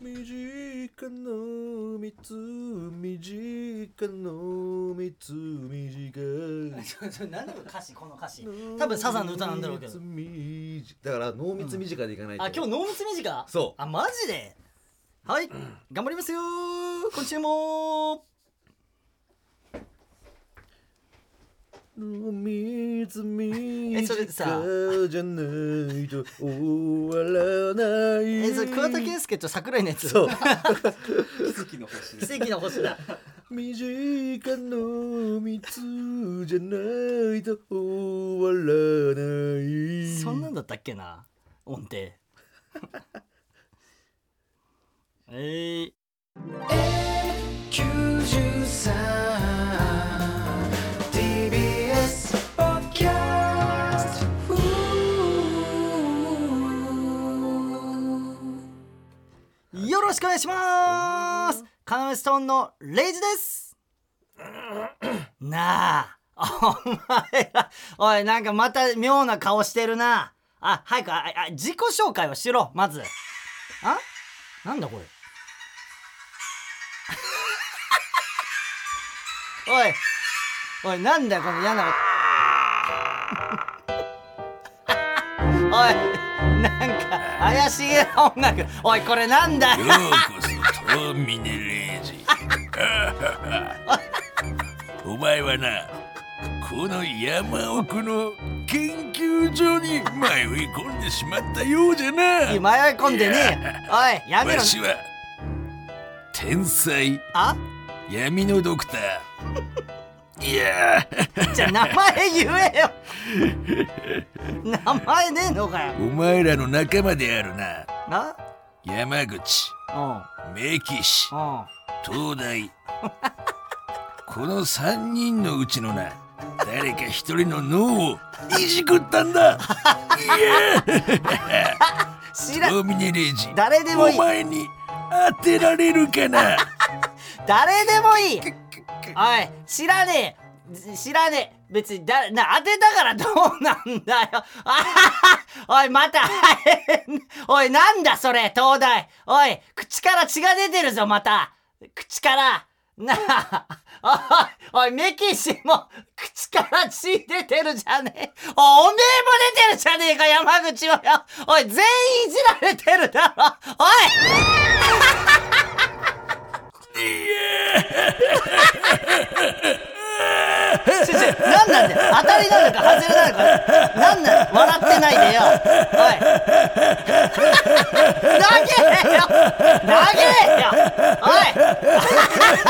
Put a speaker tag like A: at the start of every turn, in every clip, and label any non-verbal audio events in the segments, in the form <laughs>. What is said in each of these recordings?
A: 身近の三つ身近の三つ身近
B: ちょちょなんだろう歌詞この歌詞多分サザンの歌なんだろうけど
A: 濃密短だから濃密身近でいかないと、
B: あ今日濃密短
A: そう
B: あマジではい頑張りますよ今週も
A: 濃密身
B: えそれさ
A: 近じゃないと終わらない
B: えそれ桑田佳祐と桜井のやつ
A: そう
C: 奇跡の星
B: 奇跡の星だ
A: 身近の密じゃないと終わらない
B: そんなんだったっけな音程 <laughs> えー、
C: TBS ポッキャスト
B: よろしくお願いしますカナメストーンのレイジですなあお前らおいなんかまた妙な顔してるなあ早くああ自己紹介をしろまずあなんだこれ <laughs> おいおいなんだよこの嫌な音 <laughs> おいなんか怪しげな音楽おいこれなんだよ
D: ようこそトーミネレージ <laughs> お前はなこの山奥の研究所に迷い込んでしまったようじゃな
B: 迷い込んでねえよおいやめろ
D: わしは天才
B: あ
D: 闇のドクターいや
B: じゃあ名前言えよ名前ねえのかよ
D: お前らの仲間であるな
B: な
D: 山口メキシ
B: うんうん
D: 東大この3人のうちのな誰か一人の脳をいじくったんだ
B: 知ら
D: ドミネレージ
B: 誰でもいい
D: お前に当てられるかな
B: 誰でもいいおい知らねえず知らねえ別にだな当てたからどうなんだよ <laughs> あははおいまた <laughs> おいなんだそれ東大おい口から血が出てるぞまた口からなあ <laughs> おいおいメキシも口から血出てるじゃねえおいおめえも出てるじゃねえか山口はよおい全員いじられてるだろおい違う違う何なんだよ当たりなのか外れなのか何なん笑ってないでよおい投げよ投げよおい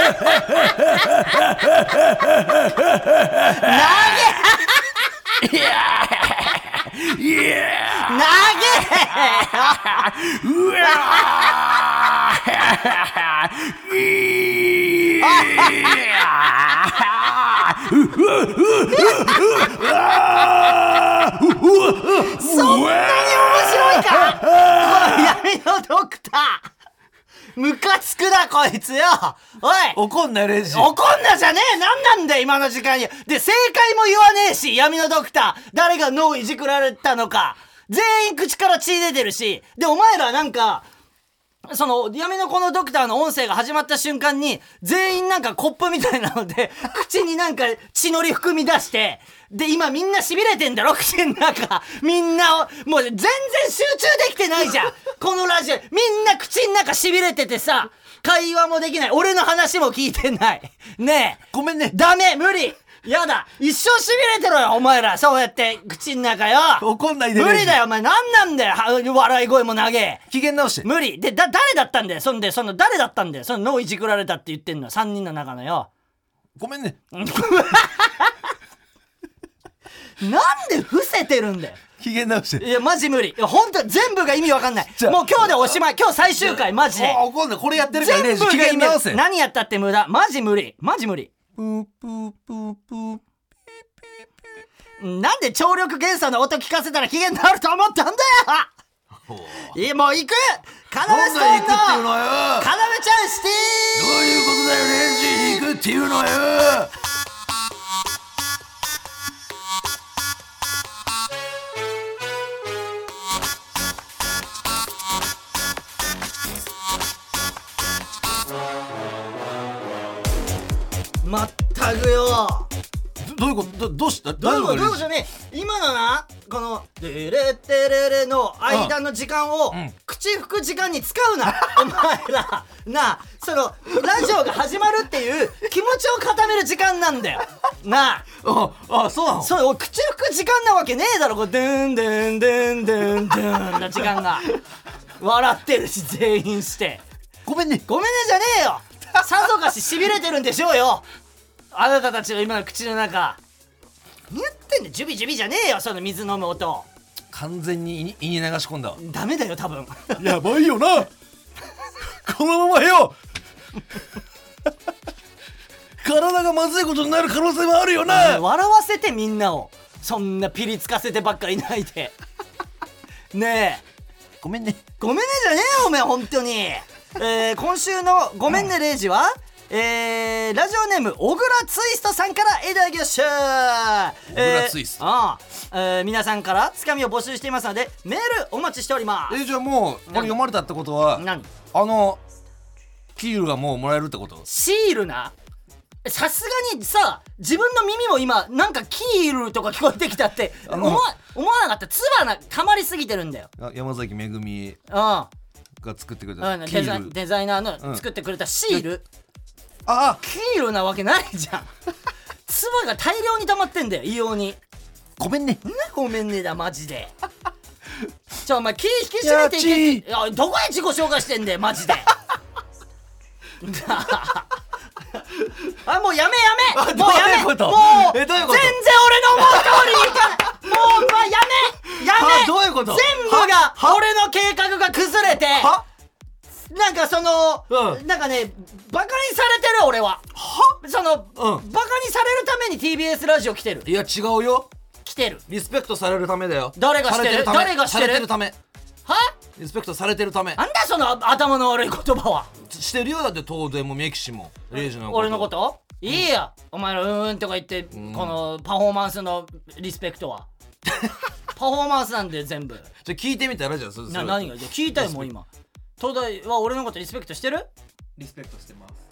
D: いや
B: 投げよ
D: ーうわーいやーうわうわうわうわうわうわ
B: 面白いかこの闇のドクタームカつくなこいつよおい
C: 怒んなレイジ
B: 怒んなじゃねえ何なんだよ今の時間にで正解も言わねえし闇のドクター誰が脳いじくられたのか全員口から血出てるしでお前らなんかその闇のこのドクターの音声が始まった瞬間に全員なんかコップみたいなので口になんか血のり含み出してで今みんな痺れてんだろ口の中みんなもう全然集中できてないじゃんこのラジオみんな口の中痺れててさ会話もできない俺の話も聞いてないねえ
C: ごめんね
B: ダメ無理やだ一生痺れてろよお前らそうやって口の中よ
C: 怒んないで
B: 無理だ
C: よ
B: よお前何なんだよは笑い声も長え
C: 機嫌直して
B: <laughs> 無理でだ誰だったんだよそんでその誰だったんだよその脳いじくられたって言ってんの3人の中のよ
C: ごめんね
B: なんで伏せてるんだよ
C: 機嫌直して
B: いやマジ無理いや本当全部が意味わかんない
C: じゃあ
B: もう今日でおしまい今日最終回マジで
C: お怒んなこれやってるからレイ
B: 全部
C: ジ機
B: が
C: 嫌
B: 意
C: 直
B: 味
C: せ
B: 何やったって無駄マジ無理マジ無理
C: プープープープー
B: なんで聴力検査の音聞かせたら機嫌になると思ったんだよいやもう行くカナメ
C: 何
B: スト
C: だ
B: ーン
C: 行くっていう
B: の
C: のよ
B: カナメちゃんシティ
C: どういうことだよレイジ行くっていうのよ
B: 「まったくよ
A: どどういうことどどうした
B: どういうこと
A: 大
B: ど
A: 丈夫
B: ういうこと
A: か
B: じゃねえ今のなこの「テレテレレ」の間の時間を口拭く時間に使うなお前らなあそのラジオが始まるっていう気持ちを固める時間なんだよなあ
A: ああそうなの
B: それお口拭く時間なわけねえだろこうドゥンドゥンドゥンドゥンドゥンの時間が笑ってるし全員して
A: ごめんね
B: ごめんねじゃねえよさぞかししびれてるんでしょうよあなたたちの今の口の中何やってんのジュビジュビじゃねえよその水飲む音
A: 完全に胃に胃に流し込んだわ
B: ダメだよ多分
A: やばいよ
C: <laughs>
A: なこのままよ体がまずいことになる可能性もあるよな
B: 笑わせてみんなをそんなピリつかせてばっかいないでねえ
A: ごめんね
B: ごめんねじゃねえよおめえ本当に、えー今週の「ごめんねレイジは」えーラジオネーム小倉ツイストさんからいただきまし
E: 小
B: た小
E: 倉ツイスト
B: えーああえー皆さんからつかみを募集していますのでメールお待ちしております
A: えじゃあもうこれ読まれたってことは
B: 何
A: あのキールがもうもらえるってこと
B: シールなさすがにさ自分の耳も今なんかキールとか聞こえてきたって
A: あ
B: 思
A: の
B: わ思わなかったツバなたまりすぎてるんだよ
A: あ山崎めぐみ
B: うん
A: が作ってくれ
B: う
A: た
B: ん、
A: キ
B: デザ
A: ー
B: イ
A: ル
B: デザイナー
A: う
B: の
A: ん
B: 作ってくれたシール、
A: ああ
B: 黄色なわけないじゃん唾が大量に溜まってんだよ異様にん
A: ごめんね
B: ごめんねだマジでちょお前気引き締めていけ
A: やっち
B: いやどこへ自己紹介してんだよマジでなああもうやめやめもうやめ
A: どういうこと
B: もう
A: えどういうこと
B: 全然俺の思う通りにいかないもう、まあ、やめやめ
A: はどういうこと
B: 全部が俺の計画が崩れて
A: は
B: なんかその、
A: うん
B: なんかねバカにされてる俺ははその、
A: うん
B: バカにされるために TBS ラジオ来てる
A: いや違うよ
B: 来てる
A: リスペクトされるためだよ
B: 誰がしてる
A: されため
B: 誰がしてる
A: されてるため
B: は
A: リスペクトされてるため
B: なんだその頭の悪い言葉は
A: してるよだって東電もメキシもレイジの
B: 俺のこといいや、お前らうーんとか言って、このパフォーマンスのリスペク
A: <laughs>
B: トはパフォーマンスなんで全部
A: じゃあ聞いてみたらじゃあそれ
B: な
A: それ
B: 何がじゃあ聞いたよもう今東大は俺のことリスペクトしてる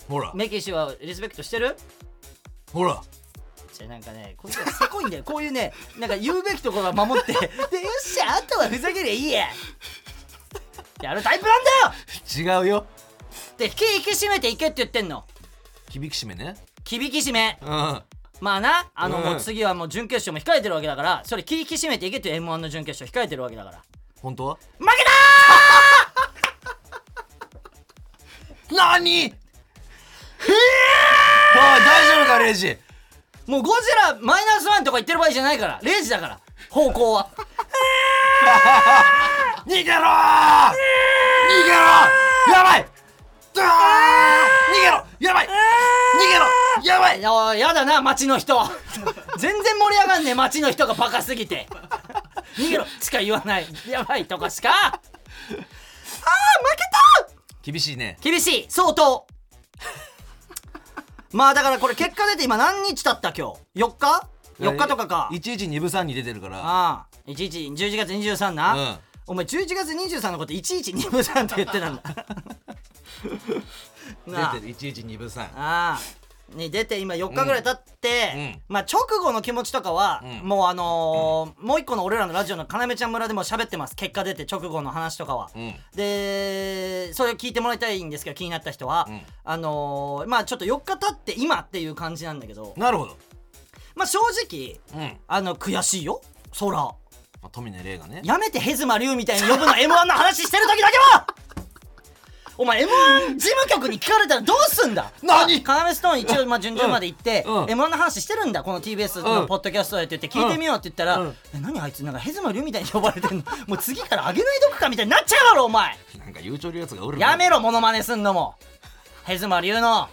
A: ほら
B: メキシはリスペクトしてる
A: ほら
B: じゃあなんかねこいつはせこい
A: <laughs>
B: んだよこういうねなんか言うべきところは守ってでよっしゃあとはふざけりゃいいややるタイプなんだよ
A: 違うよ
B: で引き引き締めていけって言ってんの
A: 響きしめね
B: 気引き締め
A: うん
B: まあなあの、
A: うん
B: もう次はもう準決勝も控えてるわけだからそれ気引き締めていけって m 1の準決勝控えてるわけだから
A: 本当は
B: 負けた
A: 何おい大丈夫かレイジ
B: ーもうゴジラマイナスワンとか言ってる場合じゃないから0時だから方向は <laughs>
A: 逃げろー逃げろーやばいあー逃げろやばい逃げろやばい
B: いややだな街の人 <laughs> 全然盛り上がんねえ街の人がバカすぎて逃げろしか言わないやばいとかしかああー負け
A: 厳しいね
B: た厳しい相当 <laughs> まあだからこれ結果出て今何日経った今日4日 ?4 日とかか
A: 112分3に出てるから
B: ああ11 11月23な、
A: うん
B: お前11月23のこと112分3って言って
A: <laughs>
B: たんだなあ
A: 出てる112分3
B: ああに出て今4日ぐらい経って、
A: うんうん
B: まあ、直後の気持ちとかは、
A: うん
B: もうあのーもう一個の俺らのラジオの「かなめちゃん村」でも喋ってます結果出て直後の話とかは、
A: うん
B: でそれを聞いてもらいたいんですけど気になった人は、
A: うん
B: あのーまあちょっと4日経って今っていう感じなんだけど
A: なるほど
B: まあ正直
A: うん
B: あの悔しいよそら
A: まあ富根玲がね
B: やめてヘズマリュウみたいに呼ぶの m 1の話してる時だけはお前 m 1事務局に聞かれたらどうすんだ
A: 何
B: カナメストーン一応まあ順々まで行って、
A: うんうん
B: m 1の話してるんだこの TBS のポッドキャストでって言って聞いてみようって言ったら、
A: うんうん
B: え何あいつなんかヘズマリュウみたいに呼ばれてんの <laughs> もう次からあげないどくかみたいになっちゃうだろお前
A: なんか悠長るやつがおるな
B: やめろモノマネすんのもヘズマリュウの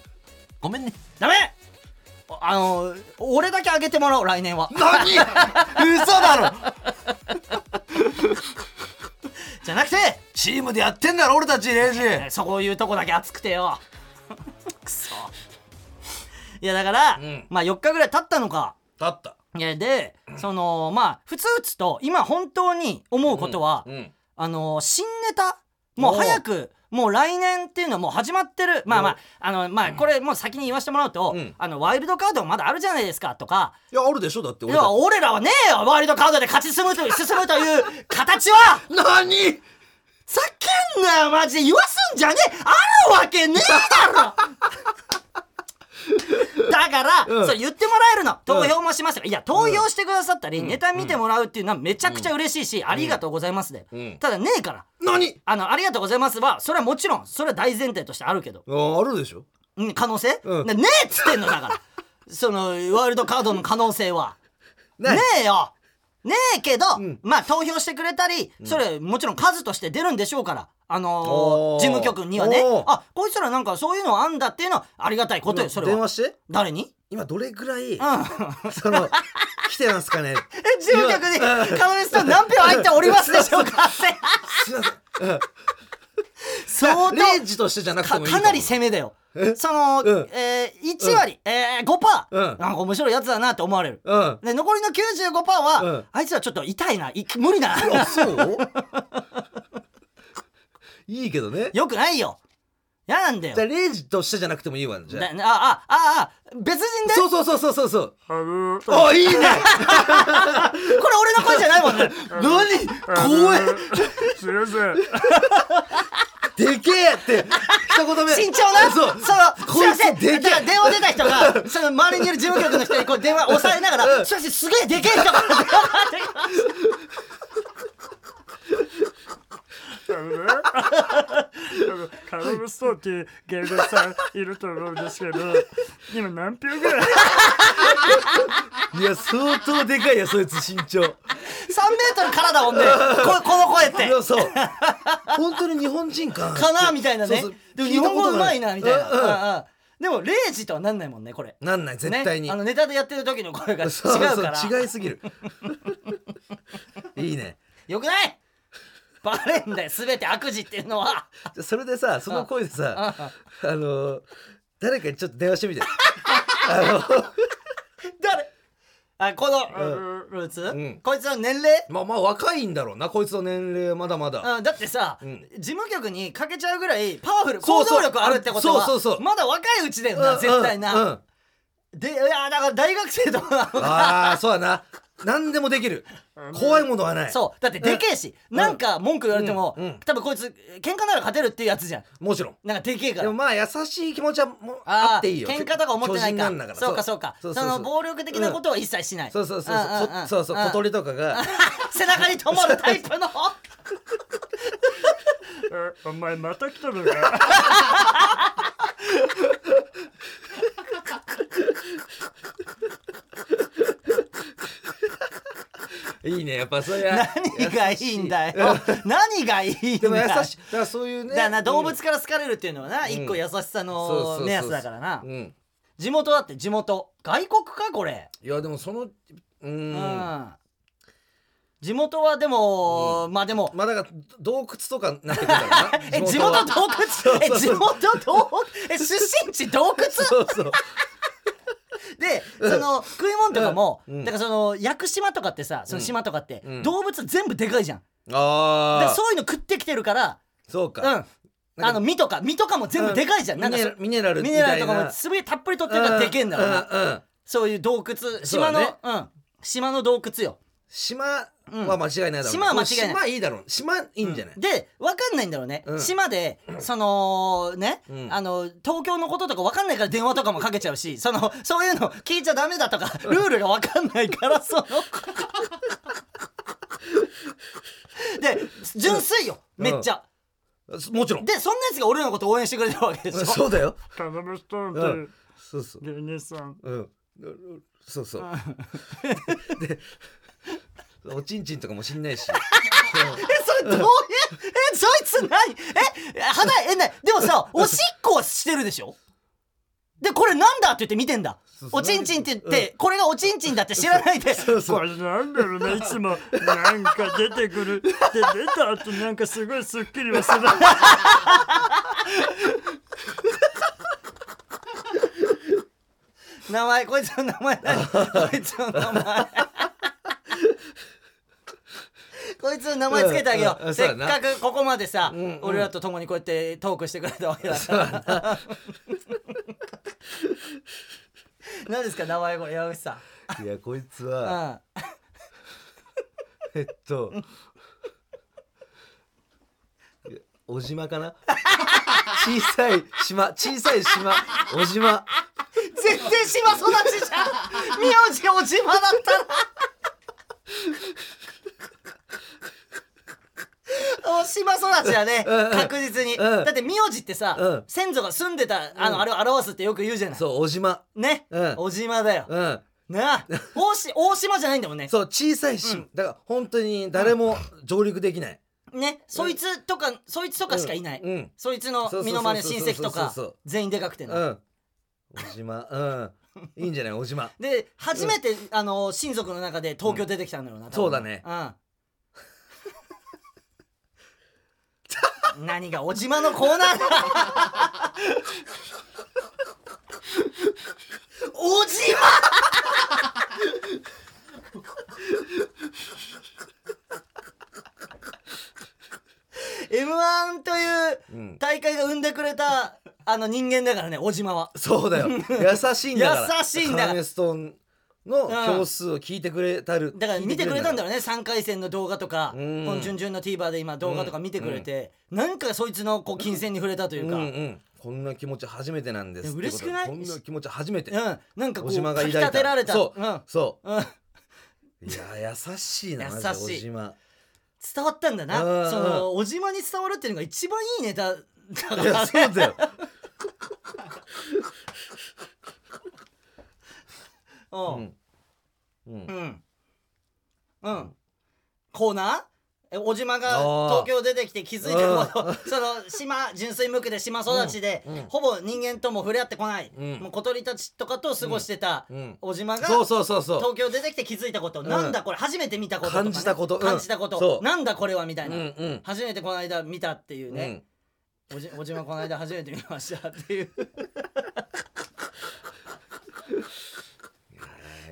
A: ごめんね
B: ダメあの俺だけあげてもらおう来年は
A: <laughs> 何嘘だろ
B: じゃなくて
A: チームでやってんだろ俺たちレイジ
B: えそこいうとこだけ熱くて
A: <laughs>
B: よくそいやだか
A: う
B: ら、
A: ん
B: まあ4日ぐらい経ったのか
A: だった
B: いやでそのまあふつふつと今本当に思うことは、
A: うん
B: あの新ネタもう早くもう来年っていうのはもう始まってるまあまああのまあこれもう先に言わせてもらうと、
A: うん
B: あのワイルドカードもまだあるじゃないですかとか
A: いやあるでしょだって
B: い
A: 俺たち
B: や俺らはねえよワイルドカードで勝ち進むという進むという形は
C: 何
B: 叫んなよマジで言わすんじゃねえあるわけねえ <laughs> だろだから、そう言ってもらえるの投票もしますよ、いや投票してくださったり、ネタ見てもらうっていうのはめちゃくちゃ嬉しいし、ありがとうございますで、
A: ん
B: ただねえから
C: 何
B: あのありがとうございますはそれはもちろんそれは大前提としてあるけど、
A: ああるでしょ
B: うん、可能性、
A: うん
B: なねえっつってんのだから <laughs> そのワイルドカードの可能性は
A: ない
B: ねえよねえけど、まあ投票してくれたりそれもちろん数として出るんでしょうからあの
A: おー
B: ー事務局にはね
A: おー
B: あこいつらなんかそういうのあんだっていうのはありがたいことよそれ
A: 電
B: は
A: 話して
B: 誰に
A: 今どれぐらい
B: うんえ
A: その <laughs> 来てますかね
B: 事務局に要さん何票入っておりますでしょうか <laughs> って
A: すいません
B: 相当
A: レイジとしてじゃなくて
B: か
A: もいいと
B: か
A: 思う
B: なり攻めだよ
A: え
B: その、
A: うん
B: えー、1割、えー、5%、
A: うん
B: なんか面白いやつだなって思われる
A: うん
B: で残りの95%は、
A: うん
B: あいつらちょっと痛いない無理だな
A: あそう <laughs> いいけどね
B: よくないよ嫌なんだよ
A: じゃあレイジとしてじゃなくてもいいわじゃ
B: だ
A: あ
B: ああああ別人だよ
A: そうそうそうそうそうそうあ
B: <laughs>
A: いいね
B: これ俺の声じゃないも
A: <laughs>
B: んね
A: 何怖え
D: すいません。
A: でけえって一言目
B: 身長な
A: そう
B: のすいません
A: こいつでけえ
B: だから電話出た人がその周りにいる事務局の人にこう電話押さえなが
A: う
B: ら「
A: ん
B: すいませんすげえでけ
A: <laughs>
B: え人が」
F: カラムストーキー芸人さんいると思うんですけど今何票ぐらい
A: いや相当でかいよそいつ身長
B: 3メートルからだもんねここの声っ
A: い
B: て
A: やそう本当に日本人か
B: かなみたいなね
A: そうそう
B: でも日本語うまいなみたいな、
A: 聞いたことない
B: うんうんでも0時とはなんないもんねこれ
A: なんない絶対に、
B: ね、あのネタでやってる時の声が違う
A: そう
B: から
A: そう違いすぎる <laughs> いいね
B: よくないバレんだよ全て悪事っていうのは
A: じゃあそれでさその声でさあのー誰かにちょっと電話してみて <laughs>
B: 誰あこのルーツ、
A: ん
B: こいつの年齢
A: まあまあ若いんだろうなこいつの年齢はまだまだ
B: うん、だってさ、
A: ん
B: 事務局にかけちゃうぐらいパワフル
A: そ
B: 行
A: うそう
B: 動力あるってことは
A: そうそうそう
B: まだ若いうちだよな、
A: うん
B: 絶対な、
A: うんうん
B: でいやだから大学生とかなのか
A: ああそうやな何でもできる怖いものはない
B: <laughs> そうだってでけえし、なんか文句言われても、
A: うんうん
B: 多分こいつ喧嘩なら勝てるっていうやつじゃん
A: もちろん
B: なんかでけえか
A: で
B: ら
A: もまあ優しい気持ちはもう
B: あー
A: あっていいよ
B: 喧嘩とか思ってない
A: 巨人
B: か
A: なんだから
B: そうかそうか
A: そ
B: そう
A: そう
B: の暴力的なことは一切しない、
A: そうそうそうそ
B: んん
A: うこそうそう小鳥とかが
B: <laughs> 背中に灯るタイ
A: <laughs>
B: プの
F: あお前また来たのか
A: いいねやっぱそれ
B: <laughs>
A: は
B: 何がいいんだよ何がいいん
A: で
B: だ
A: も優しい
B: よ
A: だからそういうね
B: だからな動物から好かれるっていうのはな、一個優し
A: そ
B: さ
A: うそう
B: の
A: そう
B: 目安だからな
A: うん
B: 地元だって地元外国かこれ
A: いやでもそのうー
B: うんん、地元はでも、まあでも
A: まあだから洞窟とかになってくるからな
B: <laughs> え地元
A: は
B: 洞窟
A: うそう
B: え地元洞窟え出身地洞窟
A: そうそう
B: でその食い物とかも、
A: うん
B: だからその屋久島とかってさその島とかって、
A: うん
B: 動物全部でかいじゃんだから
A: ああ
B: そういうの食ってきてるから
A: そう
B: う
A: か
B: んあの実とか実とかも全部でかいじゃん、
A: ミ
B: なんか
A: ネ
B: そ
A: ラミネラル
B: ミ
A: み
B: ネラ
A: た
B: ル
A: い
B: と
A: な
B: かも全てたっぷり取ってるからでけえんだろうな、
A: うんうんうん
B: そういう洞窟島のう、
A: そう
B: ん島の洞窟よ
A: 島は間違いないだろうね
B: 島は間違いない
A: 島いいだろう島いいんじゃない
B: で分かんないんだろうね、
A: うん
B: 島でそのね、
A: うん
B: あの東京のこととか分かんないから電話とかもかけちゃうしそのそういうの聞いちゃダメだとかルールが分かんないからそので純粋よめっちゃ、
A: もちろん
B: でそんなやつが俺のこと応援してくれてるわけでしょ
A: そうだよ
F: カラムスト
A: う
F: ー
A: んそうそう
F: キー芸人さん
A: うんそうそうでおちんちんとかもしんない
B: <laughs>
A: し
B: えそれどういうえそいつ何え鼻えなでもさおしっこしてるでしょでこれなんだって言って見てんだ
A: そう
B: おちんちんって言って、これがおちんちんだって知らないで
A: そうそ
F: こ
A: う
F: れなんだろうねいつもなんか出てくるで出た後なんかすごいすっきりはする
B: 名前こいつの名前
A: <laughs>
B: 何こいつの名前こいつの名前つけてあげよ
A: うんう
B: う。
A: んそう
B: せ
A: や
B: っ
A: な
B: かくここまでさ、俺らと共にこうやってトークしてくれたわけだから。 <laughs> 何ですか名前これ山口さん。
A: いやこいつ
B: う
A: は
B: ん。
A: えっといやお島か
B: <laughs>
A: な小さい島小さい島お島
B: 全然島育ちじゃん名字お島だったらお島育ちだね
A: うんうん
B: 確実に
A: う
B: だ
A: ん
B: って名字ってさ、
A: うん
B: 先祖が住んでたあのあれを表すってよく言うじゃない
A: そうお島
B: ね、
A: うん
B: お島だよ、
A: うん
B: なあ大し大島じゃないんだもんね
A: そう小さい島、だから本当に誰も上陸できない、
B: ねそいつとか、そいつとかしかいない、
A: うんうん
B: そいつの身の回りの親戚
A: そうそうそ
B: とか
A: うそうそうそう
B: 全員でかくてな、
A: うん。お島、うん。いいんじゃないお島。
B: で初めて、あの親族の中で東京出てきたんだろ <laughs> うな、多分
A: そうだね
B: うん何がおじまのコーナーだおじま M1 という大会が生んでくれた、あの人間だからね、おじまは。
A: そうだよ。優しいんだから。
B: 優しいんだ
A: カーメストンの票数を聞いてくれたる。
B: だから見てくれたんだ
A: ろ。
B: ろうね3回戦の動画とかこ
A: うん
B: の「じゅんじゅん」の TVer で今動画とか見てくれて、なんかそいつのこう金銭に触れたという
A: うん
B: か、
A: う
B: うん
A: ん。こんな気持ち初めてなんです。
B: いや嬉しくない
A: ってことでこんな気持ち初めて。
B: なんかこ
A: お
B: う
A: 島が
B: か
A: 抱い
B: き
A: た。
B: 立てられた
A: そう、
B: うん
A: そ
B: うん、
A: う。いや優しいな。
B: 優し
A: マジ
B: い
A: でお
B: <laughs>
A: 島。
B: 伝わったんだ
A: うんう
B: なんそのおじまに伝わるっていうのが一番いいネタだから
A: いやそう
B: <laughs>
A: だよ。
B: う
A: うんんうん
B: う。ん、うん、コーナーえおじまが
A: あー
B: 東京出てきて気づいたこと <laughs> その島純粋無垢で島育ちで、
A: うんうん
B: ほぼ人間とも触れ合ってこない、
A: うん
B: もう小鳥たちとかと過ごしてた、
A: うん
B: おじまが
A: そうそうそうそう。
B: 東京出てきて気づいたこと、
A: ん
B: なんだこれ初めて見たこととかね、
A: 感じたことうん
B: 感じたこと
A: そう
B: なんだこれはみたい
A: うん
B: な、
A: うん。
B: 初めてこの間見たっていう
A: う
B: ね
A: ん、。
B: おじおじまこの間初めて見ましたっ
A: <laughs>
B: ていう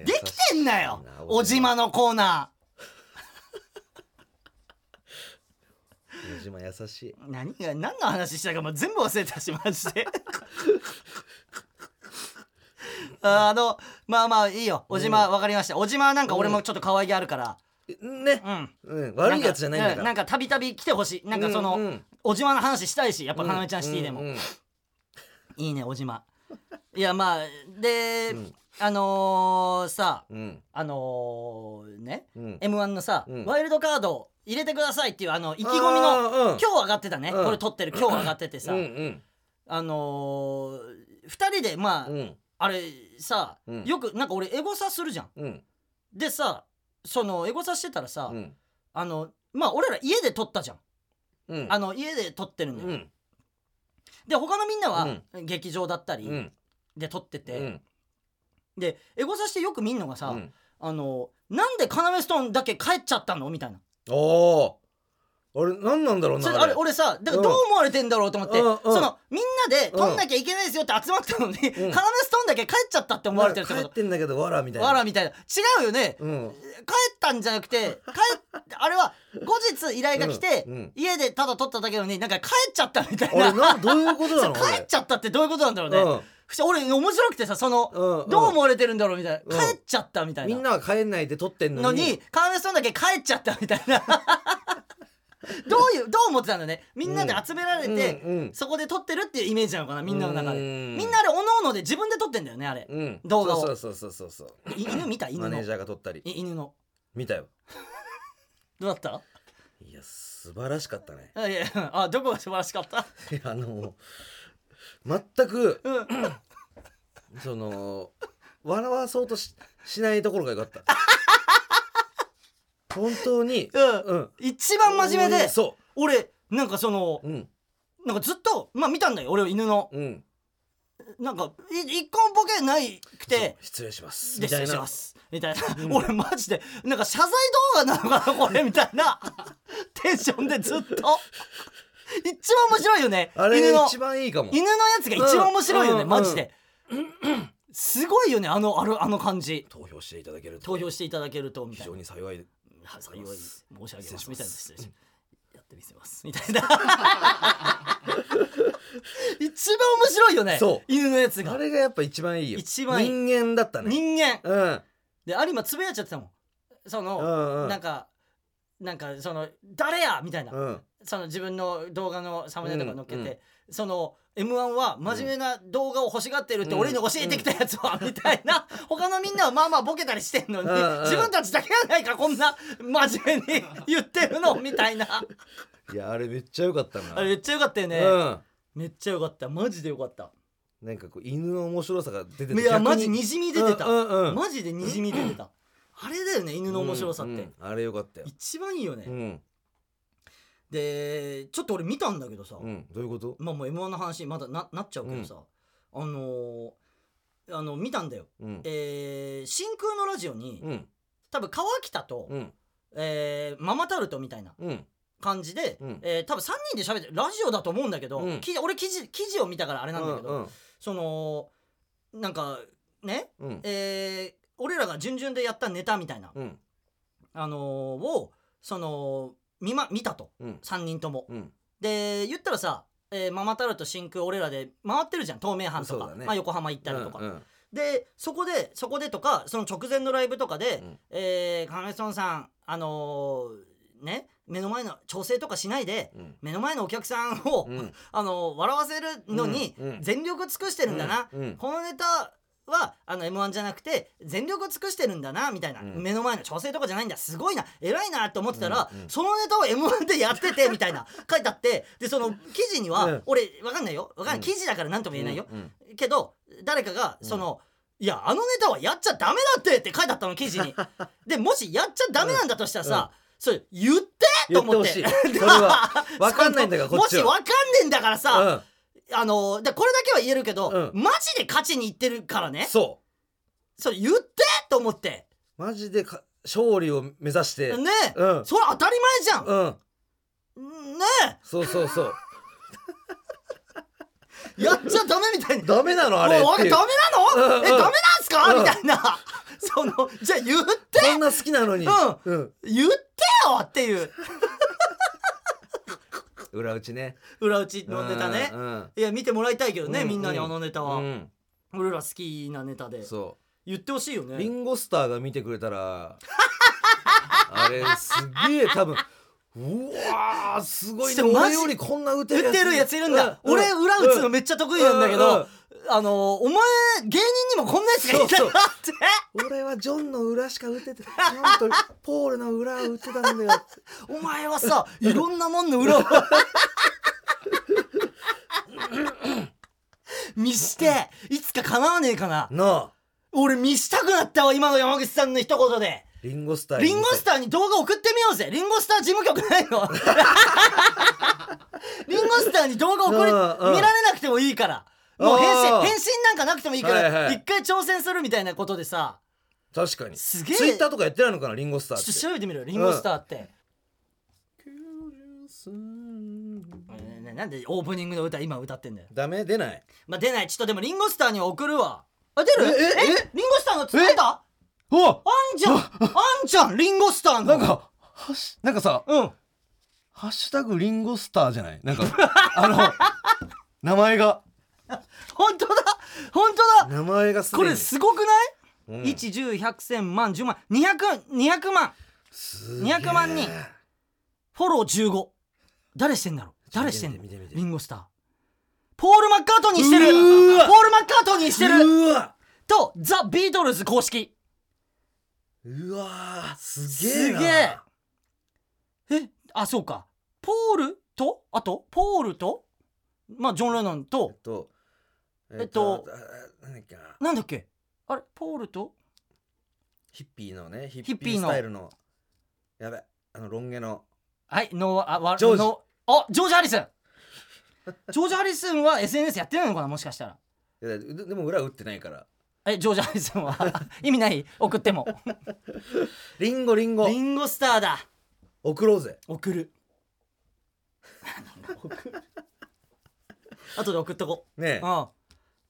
B: できてんなよ
A: な
B: おじまのコーナ
A: お島優しい。
B: ー何が何の話したかもう全部忘れたしマジで
A: <laughs>
B: あのまあまあいいよおじまわかりましたおじまはなんか俺もちょっと可愛げあるから
A: ね。
B: うん
A: うん。悪いやつじゃないんだか
B: う
A: ら。
B: なんかたびたび来てほしいなんかその、
A: うんうん
B: おじまの話したいしやっぱかなめちゃんシティでも、
A: うんうん
B: いいねおじまいやまあで、あのー、さ
A: うん
B: あのー、ね、
A: うん
B: m 1のさ、
A: うん
B: ワイルドカード入れてくださいっていうあの意気込み
A: あ
B: の、
A: ーうん
B: 今日上がってたね、
A: うん
B: これ撮ってる今日上がっててさ、
A: うんうん
B: あのー、2人でまあ、
A: うん
B: あれさ、
A: うん
B: よくなんか俺エゴサするじゃん
A: うん
B: でさそのエゴサしてたらさ、
A: うん
B: あのまあ俺ら家で撮ったじゃん
A: うん
B: あの家で撮ってるんだよ、
A: うん
B: で他のみんなは劇場だった
A: う
B: り
A: ん
B: で撮ってて、
A: うん
B: でエゴサしてよく見んのがさ、
A: うん
B: あのなんで要ストーンだけ帰っちゃったのみたいな
A: おーあれ何なんだろう
B: そ
A: な
B: れあれ俺さだからどう思われてんだろうと思って、
A: うんうん
B: そのみんなで撮んなきゃいけないですよって集まったのに、要ストーンだけ帰っちゃったって思われてるってこ
A: 帰っ
B: と
A: てんだけどわらみたいな
B: わらみたいな違うよね、
A: うん
B: 帰ったんじゃなくて帰っあれは後日依頼が来て、
A: うんうん
B: 家でただ撮っただけなのになんか帰っちゃったみたい
A: 俺な
B: な
A: どういうこと
B: <laughs>
A: なの
B: 帰っちゃったってどういうことなんだろうね、
A: うん
B: 不思俺面白くてさその、
A: うんうん
B: どう思われてるんだろうみたい
A: う
B: な、
A: ん
B: 帰っちゃったみたい
A: 俺
B: な
A: みんなは帰んないで撮ってん
B: の
A: のに
B: にカーメストーンだけ帰っちゃったみたい
A: <laughs>
B: などういうどう思ってたんだねみんなで集められて、
A: うんうん
B: そこで撮ってるっていうイメージなのかなみんなの中で
A: うん
B: みんなあれおのおので自分で撮ってんだよねあれ、
A: うん
B: 動画を
A: そうそうそうそうそう
B: い犬見た犬
A: マネ
B: の
A: ージャーが撮ったり
B: い犬の
A: 見たよ
B: どうだった
A: いや素晴らしかったね <laughs>
B: あいやあどこが素晴らしかった
A: いやあの全く
B: うん
A: その笑わそうとししないところがよか
B: <laughs>
A: った本当に
B: うん
A: うん
B: 一番真面目で
A: そ
B: 俺なんかその
A: ううん
B: なんかずっとまあ見たんだよ俺は犬の
A: うん
B: なんかい一個もボケないくて
A: そう失礼します
B: で
A: みた
B: 失
A: い
B: 礼し
A: な
B: ますみたいな、俺マジでなんか謝罪動画なのかなこれみたい
A: <laughs>
B: なテンションでずっと一番面白いよね
A: あれ
B: 犬
A: が
B: の
A: 一番いいかも
B: 犬のやつが一番面白いよね、
A: うん
B: マジで、すごいよねあのあのあの感じ
A: 投票していただけると
B: 投票していただけるとみ
A: 非
B: たいな
A: 常に幸い
B: はい、それは申し上げます
A: 失礼します
B: みたいな失礼しやってみせますみたいな一番面白いよね
A: そう
B: 犬のやつが
A: あれがやっぱ一番いいよ
B: 一番いい
A: 人間だったね
B: 人間
A: うん
B: で有馬つぶやっちゃってたもんその、
A: うんうん
B: なんかなんかその「誰や!」みたいな、
A: うん
B: その自分の動画のサムネとか載っけて、
A: うんうん
B: その m 1は真面目な動画を欲しがってるって
A: うん
B: 俺に教えてきたやつは、みたいな <laughs> 他のみんなはまあまあボケたりしてんのに、
A: うんうん
B: 自分たちだけやないかこんな真面目に言ってるのみたいな、
A: いやあれめっちゃ良かったな
B: あれめっちゃよかったよね、
A: うん
B: めっちゃよかったマジでよかった
A: なんかこう犬の面白さが出て
B: いやマジにじみ出てた、
A: うんうんうん
B: マジでにじみ出てた、あれだよね犬の面白さって、
A: うんうんあれ良かったよ
B: 一番いいよね、
A: うん
B: でちょっと俺見たんだけどさ、
A: うんどういうこと
B: まあもう m 1の話まだななっちゃうけどさ、あのーあの見たんだよ、
A: うん
B: えー真空のラジオに、
A: うん
B: 多分川北と、
A: うん
B: えーママタルトみたいな
A: うん
B: 感じで、
A: うん
B: えー多分3人で喋ってるラジオだと思うんだけど、
A: うん
B: 記事俺記事記事を見たからあれなんだけど、
A: うんうん
B: そのなんかね、
A: うん
B: えー俺らが順々でやったネタみたいな、
A: うん
B: あのーをその見,、ま、見たと
A: うん
B: 3人とも。
A: うん
B: で言ったらさ、えーママタルト真空俺らで回ってるじゃん東名阪と
A: そう
B: か、
A: だね
B: まあ、横浜行ったりとか、
A: うん
B: でそこでそこでとかその直前のライブとかで
A: うん
B: 「えーカメソンさんあのーね目の前の調整とかしないで
A: うん
B: 目の前のお客さんを、
A: うん
B: あのー笑わせるのに
A: うんうん
B: 全力尽くしてるんだな」
A: うんうん
B: このネタはあの m 1じゃなくて全力を尽くしてるんだなみたいな、
A: うん
B: 目の前の調整とかじゃないんだすごいな偉いなと思ってたら、
A: うんうん
B: そのネタを m 1でやっててみたいな書いてあってでその記事には、
A: うん
B: 俺わかんないよわかんない
A: うん
B: 記事だから何とも言えないよ、
A: うん
B: けど誰かがその、いやあのネタはやっちゃダメだってって書いてあったの記
A: <laughs>
B: 事にでもしやっちゃダメなんだとしたらさ、それ言ってと思って
A: 言ってほしいそれ
B: <laughs>
A: はわかんないんだから
B: その
A: こっちは
B: <laughs> もしわかんねえんだからさ、
A: うん
B: あのでこれだけは言えるけど、
A: う
B: マジで勝ちにいってるからね
A: そ
B: それ言ってと思って
A: うマジでか勝利を目指して
B: ねえ、
A: うん
B: それ当たり前じゃん、
A: うん
B: ね
A: そうそうそう
B: えやっちゃダメみたいに
A: ダメなの <laughs> あれ
B: もう
A: っ
B: ダ
A: てい
B: メ
A: う
B: なの、
A: うんうん
B: えダメなんすか、
A: うん
B: みたいな <laughs> そのじゃあ言って
A: こんな好きなのに
B: う
A: うん
B: 言ってよっていう
A: 裏打ちね
B: 裏打ちのネタね、
A: うん
B: いや見てもらいたいけどね、
A: うん
B: みんなにあのネタは、
A: うん
B: 俺ら好きなネタで
A: そ
B: 言ってほしいよ
A: うリ
B: ね
A: ンゴスターが見てくれた
B: <laughs>
A: らあれすげえ多分うわーすごい
B: して
A: ね
B: マジ
A: 俺よりこんな打てるや
B: 言っ
A: つ
B: てるやついるんだ、
A: う
B: 俺裏打つの
A: うん
B: めっちゃ得意なんだけど、
A: うんうん
B: あのお前芸人にもこんなやつがいた
A: そう
B: な
A: そう
B: って <laughs>
A: 俺はジョンの裏しか打ててジョンとポールの裏を打ってたんだよ
B: お前はさいろんなもんの裏を見していつか叶わねえかな
A: <laughs> なあ
B: 俺見したくなったわ今の山口さんの一言で
A: リンゴスター
B: リンゴス
A: タ
B: ターに動画送ってみようぜリンゴスター事務局ないの <laughs> リンゴスターに動画送り
A: うんうん
B: 見られなくてもいいからもう返
A: あ
B: 信
A: ー
B: 返信なんかなくてもいいから、
A: はいはい
B: 一回挑戦するみたいなことでさ
A: ー確かに
B: すげえ
A: ツイッターとかやってないのかなリンゴスターっ
B: ちょっと
A: て
B: 調べてみろよリンゴスターって、えーななんでオープニングの歌今歌ってんだよ
A: ダメ出ない
B: まあ、出ないちょっとでもリンゴスターには送るわあ出るえリンゴスターの作った
A: お
B: あんじゃん <laughs> あんじゃんリンゴスターの
A: なんかはしなんかさ
B: うん
A: ハッシュタグリンゴスターじゃないなんかあの <laughs> 名前が
B: 本当だ本当だ
A: 名前がす
B: こ
A: でに
B: れすごくない、
A: うん
B: ?11001001000 万10万200200万
A: すげえ
B: 200万人フォロー15誰してんだろう誰してんの
A: 見て見て見て
B: リンゴスターポール・マッカートニーしてるポ
A: うーわ
B: ール・マッカートニーしてる
A: うわ
B: とザ・ビートルズ公式
A: うわすげえ
B: す
A: な
B: げええあそうかポールとあとポールとまあジョン・レノン
A: え
B: と
A: っと
B: えっと
A: ああなんだっけな
B: なんだっけあれポールと
A: ヒッピーのねヒ
B: ヒ
A: ッ
B: ッピ
A: ピ
B: ー
A: ー
B: の
A: スタイルのやべあのロン毛の
B: はいノーあわ
A: ジョージ
B: ノーあジョージ・ハリスン <laughs> ジョージ・ハリスンは SNS やってないのかなもしかしたら
A: いやででも裏打ってないから
B: えジョージ・ハリスンは <laughs> 意味ない送
A: <laughs>
B: っても
A: リンゴリンゴ
B: リンゴスターだ
A: 送ろうぜ
B: 送るあとで送っとこ
A: ね
B: <laughs> うん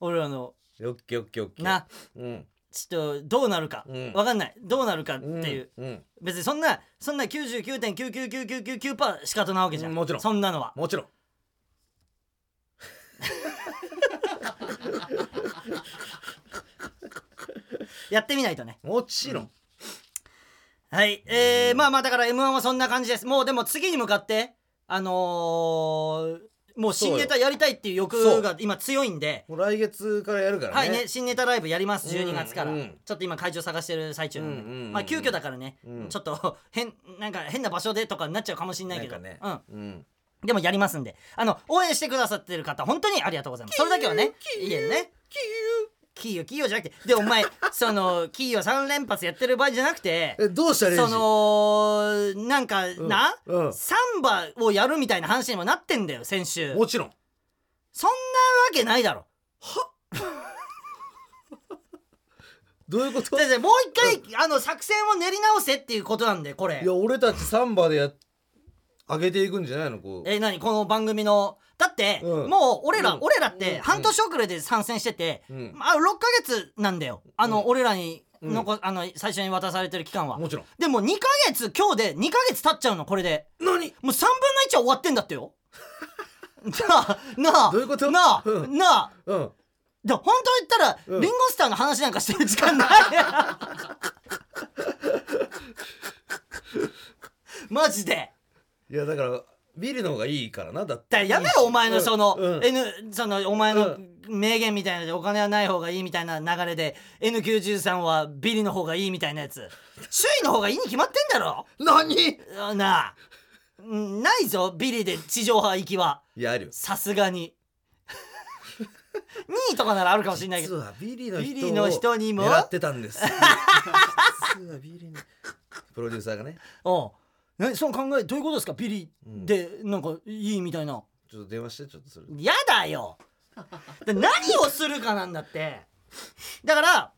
B: 俺らの
A: えオッケーオッケーオッケー
B: な
A: うん
B: ちょっとどうなるか、
A: うん
B: わかんないどうなるかっていう、
A: うん
B: 別にそんなそんな99.99999%仕方なわけじゃん
A: もちろん
B: そんなのは
A: もちろん
B: やってみないとね
A: もちろん
B: はいえー、まあまあだから m 1はそんな感じですもうでも次に向かってあのーもう新ネタやりたいっていう
A: そ
B: 欲
A: う
B: が今強いんで
A: もう来月からやるからね
B: はいね新ネタライブやります
A: うん
B: 12月から、
A: うん
B: ちょっと今会場探してる最中なんで、
A: うんうんうんうん
B: まあ急遽だからね、
A: うん
B: ちょっと変なんか変な場所でとかになっちゃうかもしれないけど
A: なんかね
B: うん、
A: うん
B: でもやりますんであの応援してくださってる方本当にありがとうございますそれだけはね言えるねキーヨキーヨじゃなくてでお前そのキーヨ3連発やってる場合じゃなくて
A: えどうしたレイジ
B: そのなんか、
A: ん
B: な、
A: うん
B: サンバをやるみたいな話にもなってんだよ先週
A: もちろん
B: そんなわけないだろ
A: どういうこと
B: 先生もう一回、あの作戦を練り直せっていうことなんでこれ
A: いや俺たちサンバでやっ上げていくんじゃないのこう
B: え何この番組のだって、
A: うん
B: もう俺ら、
A: うん
B: 俺らっ
A: う
B: て
A: ん
B: 半年遅れで参戦してて、
A: うん
B: まあ6ヶ月なんだよあの、
A: うん
B: 俺らに
A: うん
B: 残、あの最初に渡されてる期間は
A: もちろん
B: でも2ヶ月今日で2ヶ月経っちゃうのこれで
A: 何
B: もう3分の1は終わってんだっ
A: <laughs>
B: てよなあなあ
A: どういうこと
B: なあ、
A: うん
B: なあ
A: うん
B: で本当言ったら、
A: うん
B: リンゴスターの話なんかしてる時間ない
A: <laughs>
B: マジで
A: いやだからビリの方がいいからなだって
B: だからやめろお前のその、
A: うんうん
B: N そのお前の
A: う
B: 名言みたいなのでお金はない方がいいみたいな流れで N93 はビリの方がいいみたいなやつ周囲の方がいいに決まってんだろ
A: 何
B: あなあうんないぞビリで地上派行きはい
A: やあるよ
B: さすがに2位とかならあるかもしれない
A: <laughs>
B: け
A: 実
B: ど
A: はビリの人を
B: ビリの人にも
A: 狙ってたん
B: <laughs>
A: です実はビリのプロデューサーがね
B: おうなその考えどういうことですかビリ
A: うん
B: でなんかいいみたいな、
A: ちょっと電話してちょっとそれ
B: やだよで何をするかなんだってだから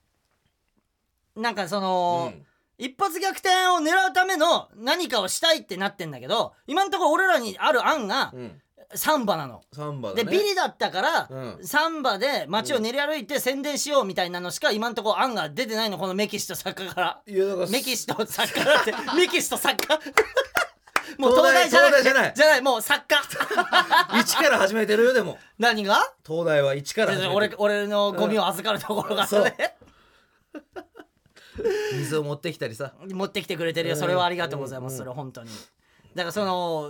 B: なんかその、
A: うん
B: 一発逆転を狙うための何かをしたいってなってんだけど今のところ俺らにある案が
A: うん
B: サンバなの。
A: サンバ
B: で
A: だね
B: ビリだったから、
A: うん
B: サンバで街を練り歩いて宣伝しようみたいなのしか今のところ案が出てないのこのメキシと作家から。
A: いやだから
B: メキシと作
A: <laughs>
B: 家だってメキシと作家もう東大じゃなくて
A: 東大じゃない
B: じゃないもう作家
A: 一から始めてるよでも
B: 何が
A: <laughs> 東大は一から始めてる
B: 俺俺のゴミを預かるところが
A: そう
B: ね、
A: 水を持ってきたりさ
B: 持ってきてくれてるよそれはありがとうございます、それは本当にだからその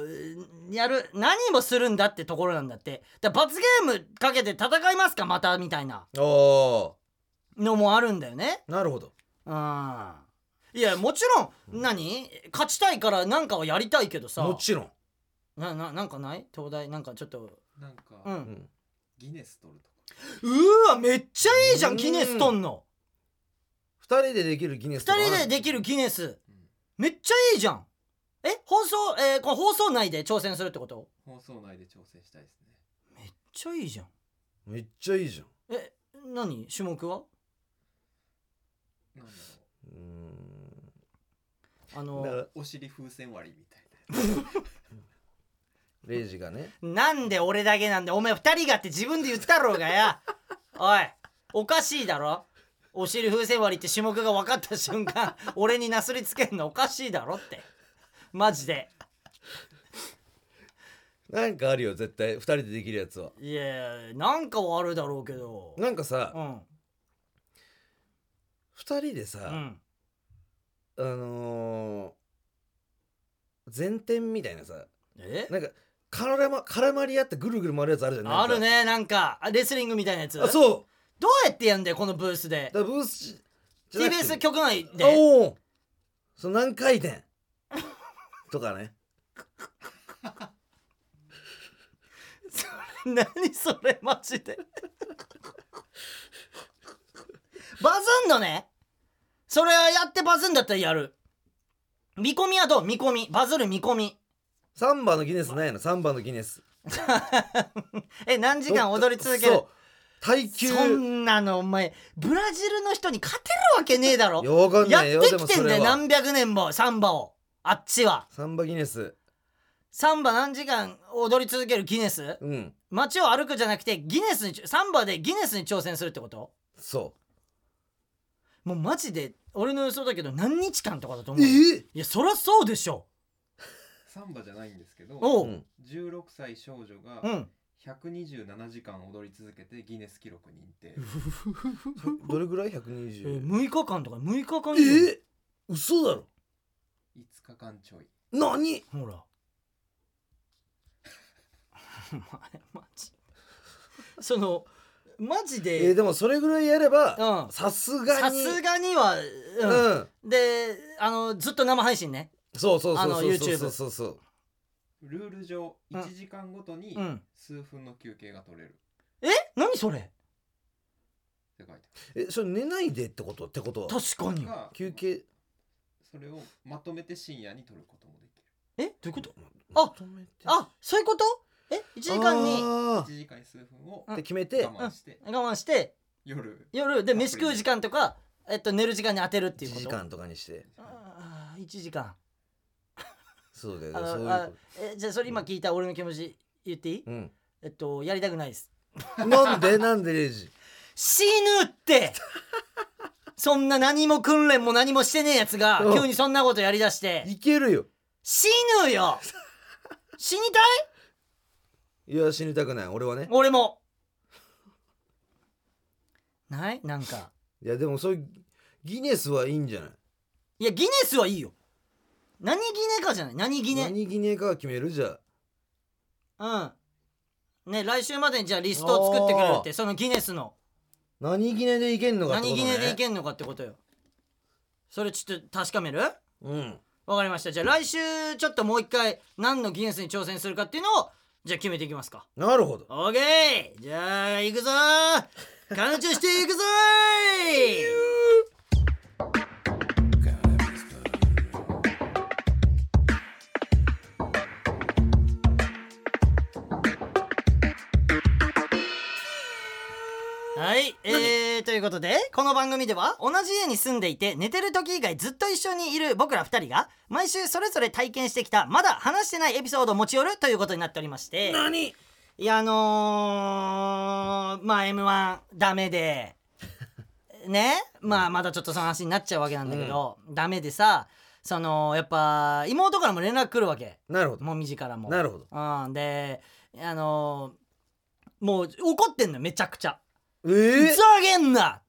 B: やる何もするんだってところなんだってだから罰ゲームかけて戦いますかまたみたいな
A: おお
B: のもあるんだよね
A: ーなるほど
B: うんいやもちろん何勝ちたいから何かはやりたいけどさ
A: もちろん
B: なななんかない東大なんかちょっと
G: なんか、
B: う
A: うんん
G: ギネス取るとか
B: うーわめっちゃいいじゃんギネスとんの
A: 二人でできるギネスと
B: 2
A: か
B: 人でできるギネス
G: うん
B: めっちゃいいじゃんえ放送えーこの放送内で挑戦するってこと
G: 放送内で挑戦したいですね
B: めっちゃいいじゃん
A: めっちゃいいじゃん
B: え何種目は
G: なんだろ
A: うーんだ
B: あ
A: か
B: の
A: ら
G: うお尻風船割りみたいな
A: レイジがね
B: なんで俺だけなんでお前2人がって自分で言ったろうがや <laughs> おいおかしいだろお尻風船割りって種目が分かった瞬間 <laughs> 俺になすりつけんのおかしいだろってマジで
A: なんかあるよ絶対二人でできるやつはい
B: やなんかはあるだろうけど
A: なんかさ
B: うん
A: 二人で
B: う
A: さ
B: ん
A: あのー前転みたいなさ
B: え
A: なんか絡ま絡まり合ってぐるぐる回るやつあるじゃんない
B: あるねなんかあレスリングみたいなやつ
A: あそう
B: どうやってやんだよこのブースで
A: だからブースじゃなくて
B: TBS 局内で
A: おおその何回 <laughs> 転とかね
B: <laughs> 何それマジ
A: <laughs>
B: でバズんのねそれやってバズんだったらやる見込みはどう見込みバズる見込み
A: サンバのギネスないのサンバのギネス
B: え何時間踊り続け
A: そ
B: る
A: う耐久
B: そんなのお前ブラジルの人に勝てるわけねえだろ
A: ようわかん
B: や
A: な
B: っ
A: い
B: て
A: よ
B: きてんだよ何百年もサンバをあっちは
A: サンバギネス
B: サンバ何時間踊り続けるギネス
A: うん
B: 街を歩くじゃなくてギネスにサンバでギネスに挑戦するってこと
A: そ
B: もうマジで俺の予想だけど何日間とかだと思うい
A: え
B: やそりゃそうでしょ
G: サンバじゃないんですけど
B: おう、
A: うん
G: 16歳少女が
B: うん
G: 127時間踊り続けてギネス記録認定
A: どれぐらい
B: え
A: ?120
B: 6日間とか6日間以上
A: え嘘だろ
G: 5日間ちょい
A: 何
B: ほらお前マジそのマジ
A: え
B: で、
A: ーでもそれぐらいやれば
B: うん
A: さすが
B: さ
A: に
B: すがには、うん
A: うん
B: であのずっと生配信ね
A: そうそう
B: あ
A: そう
B: の
A: そう
B: YouTube
A: そうそうそう
G: ルール上
B: うん
G: 1時間ごとに
B: うん
G: 数分の休憩が取れる
B: え何それ
G: って書いてあ
A: えそれ寝ないでってことってことは
B: 確か
G: る
B: に
G: が
A: 休憩
G: それをまとめて深夜に取ることもできる
B: えどういうこと
A: ま
B: あ
A: とめて
B: あそういうことえ1時間に
A: あー
G: 1時間に数分を
A: っ
G: 我
A: て決めて
G: 慢して
B: 我慢して
G: 夜
B: 夜で
G: アプリ
B: 飯食う時間とか、えっと、寝る時間に当てるっていう
A: 1
B: こと
A: 時間とかにして
B: あ1時間
A: そうだよ
B: あ
A: ねそういう
B: のあえじゃあそれ今聞いた俺の気持ち言っていい、
A: こ
B: えっとやりたくないです
A: とうんなんでなんでレイジ
B: 死ぬって <laughs> そんな何も訓練も何もしてねえやつが
A: うん
B: 急にそんなことやりだして
A: いけるよ
B: 死ぬよ死にたい
A: いや死にたくない俺はね
B: 俺もないなんか
A: いやでもそういうギネスはいいんじゃない
B: いやギネスはいいよ何ギネかじゃない何ギネ
A: 何ギネかは決めるじゃあ
B: うんね来週までにじゃあリストを作ってくれるってそのギネスの
A: 何ギネでいけんのかって
B: 何
A: ことね
B: ギネでいけんのかってことよそれちょっと確かめる
A: うん
B: わかりました。じゃあ来週ちょっともう一回何のギネスに挑戦するかっていうのをじゃあ決めていきますか。
A: なるほど
B: オーケーじゃあ行くぞー彼女していくぞーはい、えー、ということでこの番組では同じ家に住んでいて寝てる時以外ずっと一緒にいる僕ら2人が毎週それぞれ体験してきたまだ話してないエピソードを持ち寄るということになっておりまして
A: 何
B: いやあのー、まあ m 1ダ
A: <laughs>
B: メでねまあまだちょっとその話になっちゃうわけなんだけど、ダメでさそのやっぱ妹からも連絡来るわけ
A: なるほど
B: もみじからも。
A: なるほど
B: うん、であのーもう怒ってんのよめちゃくちゃ。ふ
A: ええ
B: ざけんな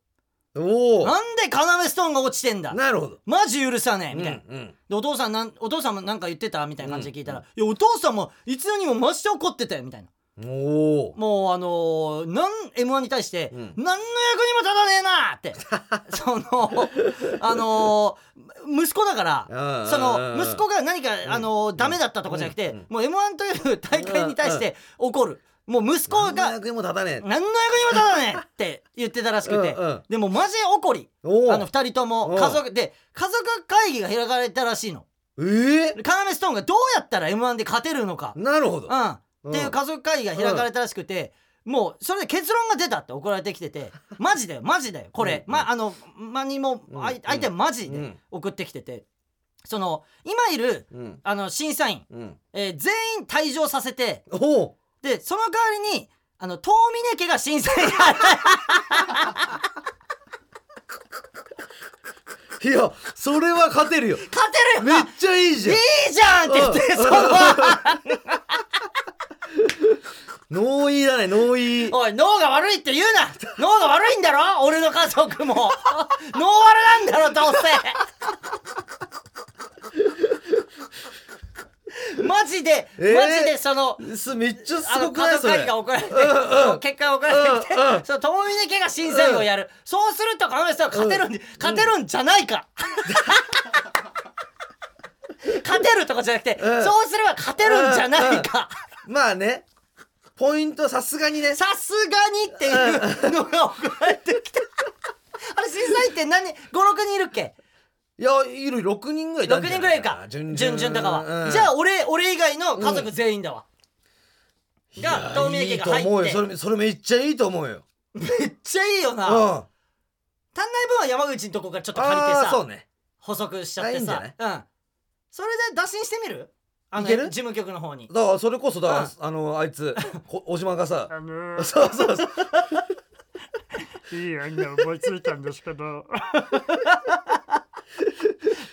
A: おお
B: なんで要ストーンが落ちてんだ
A: なるほど
B: マジ許さねえ
A: うん
B: み
A: う
B: たいな。
A: ん
B: でお父さんなんお父さんもなんか言ってたみたいな感じで聞いたら「いやお父さんもいつのにもマジで怒ってたよ」みたいな。
A: おお
B: もうあのー、なん、M1 に対して、
A: うん
B: 何の役にも立たねえなって、
A: <laughs>
B: その、あのー、息子だから、その、息子が何か、あのー、ダメだったとかじゃなくて、
A: うんうん
B: もう M1 という大会に対して怒る。もう息子が、
A: 何の
B: 何の役
A: 役に
B: に
A: も立たねえ
B: も立たねえって言ってたらしくて
A: うんうん、
B: でもマジ怒り。
A: おお
B: あの、二人と
A: う
B: も、
A: ん
B: 家族で、家族会議が開かれたらしいの。
A: ええ
B: でカナメストーンがどうやったら M1 で勝てるのか。
A: なるほど
B: うん。
A: うん
B: っていう家族会議が開かれたらしくて、もうそれで結論が出たって怒られてきて
A: <laughs>
B: てマジだよマジだよこれ、
A: うん
B: まあのまにも、
A: うん
B: あい相手はマジ
A: う
B: で
A: ん
B: 送ってきててその今いる
A: うん
B: あの審査員、
A: うん
B: えー全員退場させて
A: おお
B: でその代わりにあの遠峰家が審査員
A: いやそれは勝てるよ
B: <laughs> 勝てる
A: め
B: よ
A: っちゃいいじゃん
B: いいじゃんって言って
A: う
B: そ
A: ん
B: の
A: ノーイーだねノーイー
B: おい脳が悪いって言うな脳が悪いんだろ俺の家族
A: <laughs>
B: も脳悪なんだろどう
A: <laughs>
B: せマジで、
A: えー
B: マジでその
A: すめっちゃ
B: あ
A: す
B: の
A: ごく
B: 家
A: ない
B: 族
A: そ
B: 会
A: れ
B: 議が怒られて、
A: うんうん
B: 結果が怒られてきて、
A: うんうん
B: その遠峰家が審査員をやる、そうすると彼女さんは勝てるんで、勝てるんじゃないか <laughs> 勝てるとかじゃなくて、
A: うん
B: そうすれば勝てるんじゃないか、
A: まあねポイントさすがにね
B: さすがにっていうのが送られて
A: <laughs>
B: きた。あれ審査員って何56人いるっけ
A: いやいる6人ぐらいいた
B: 6
A: んじゃ
B: 人
A: な
B: ぐらいか
A: 準
B: 順
A: 々
B: 々とかは、
A: うん
B: じゃあ俺俺以外の家族全員だわ、
A: いや
B: が遠見駅が
A: いいと思う
B: 入っ
A: よ
B: て
A: それそれめっちゃいいと思うよ
B: めっちゃいいよな、
A: うん
B: 足ん、足んない分は山口のとこからちょっと借りて
A: ああ
B: さ
A: そうね
B: 補足しちゃって
A: あいいんじゃ
B: さ
A: ない
B: うん、それで打診してみるあの
A: いける
B: 事務局の方に
A: だからそれこそだからあのあいつこ小島がさ
F: あのー
A: そうそうそう
F: いい案が思いついたんです
A: <laughs>
F: けど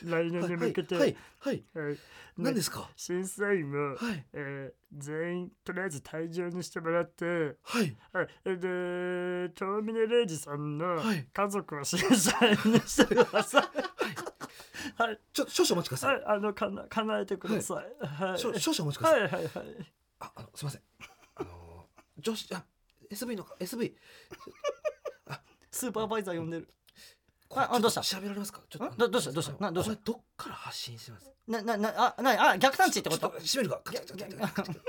F: 来年に向けて、
A: はいはい
F: はい
A: 何ですか
F: 審査員も、
A: はい
F: えー全員とりあえず退場にしてもらって
A: はい
F: はいで遠峰礼二さんの
A: はい
F: 家族を審査員にしてください。はい、
A: ちょ少々お待ちくださ
F: はいい、あのかな叶えてください。はい、
A: 少少々お待ちくだ
F: は
A: さい
F: いはいはい。
A: ああのすいませんあの女子あ SV の SV
B: スーパーバイザー呼んでる。
A: これ
B: ああどうした
A: ちょっと調べられますかちょっ
B: ん
A: と
B: どどうしたどうしたなどうした
A: これどっから発信してます
B: な、な、な、あ、な、あ、逆探知ってこと
A: ちょっ閉めるかカチャカチャカチャカチャカチ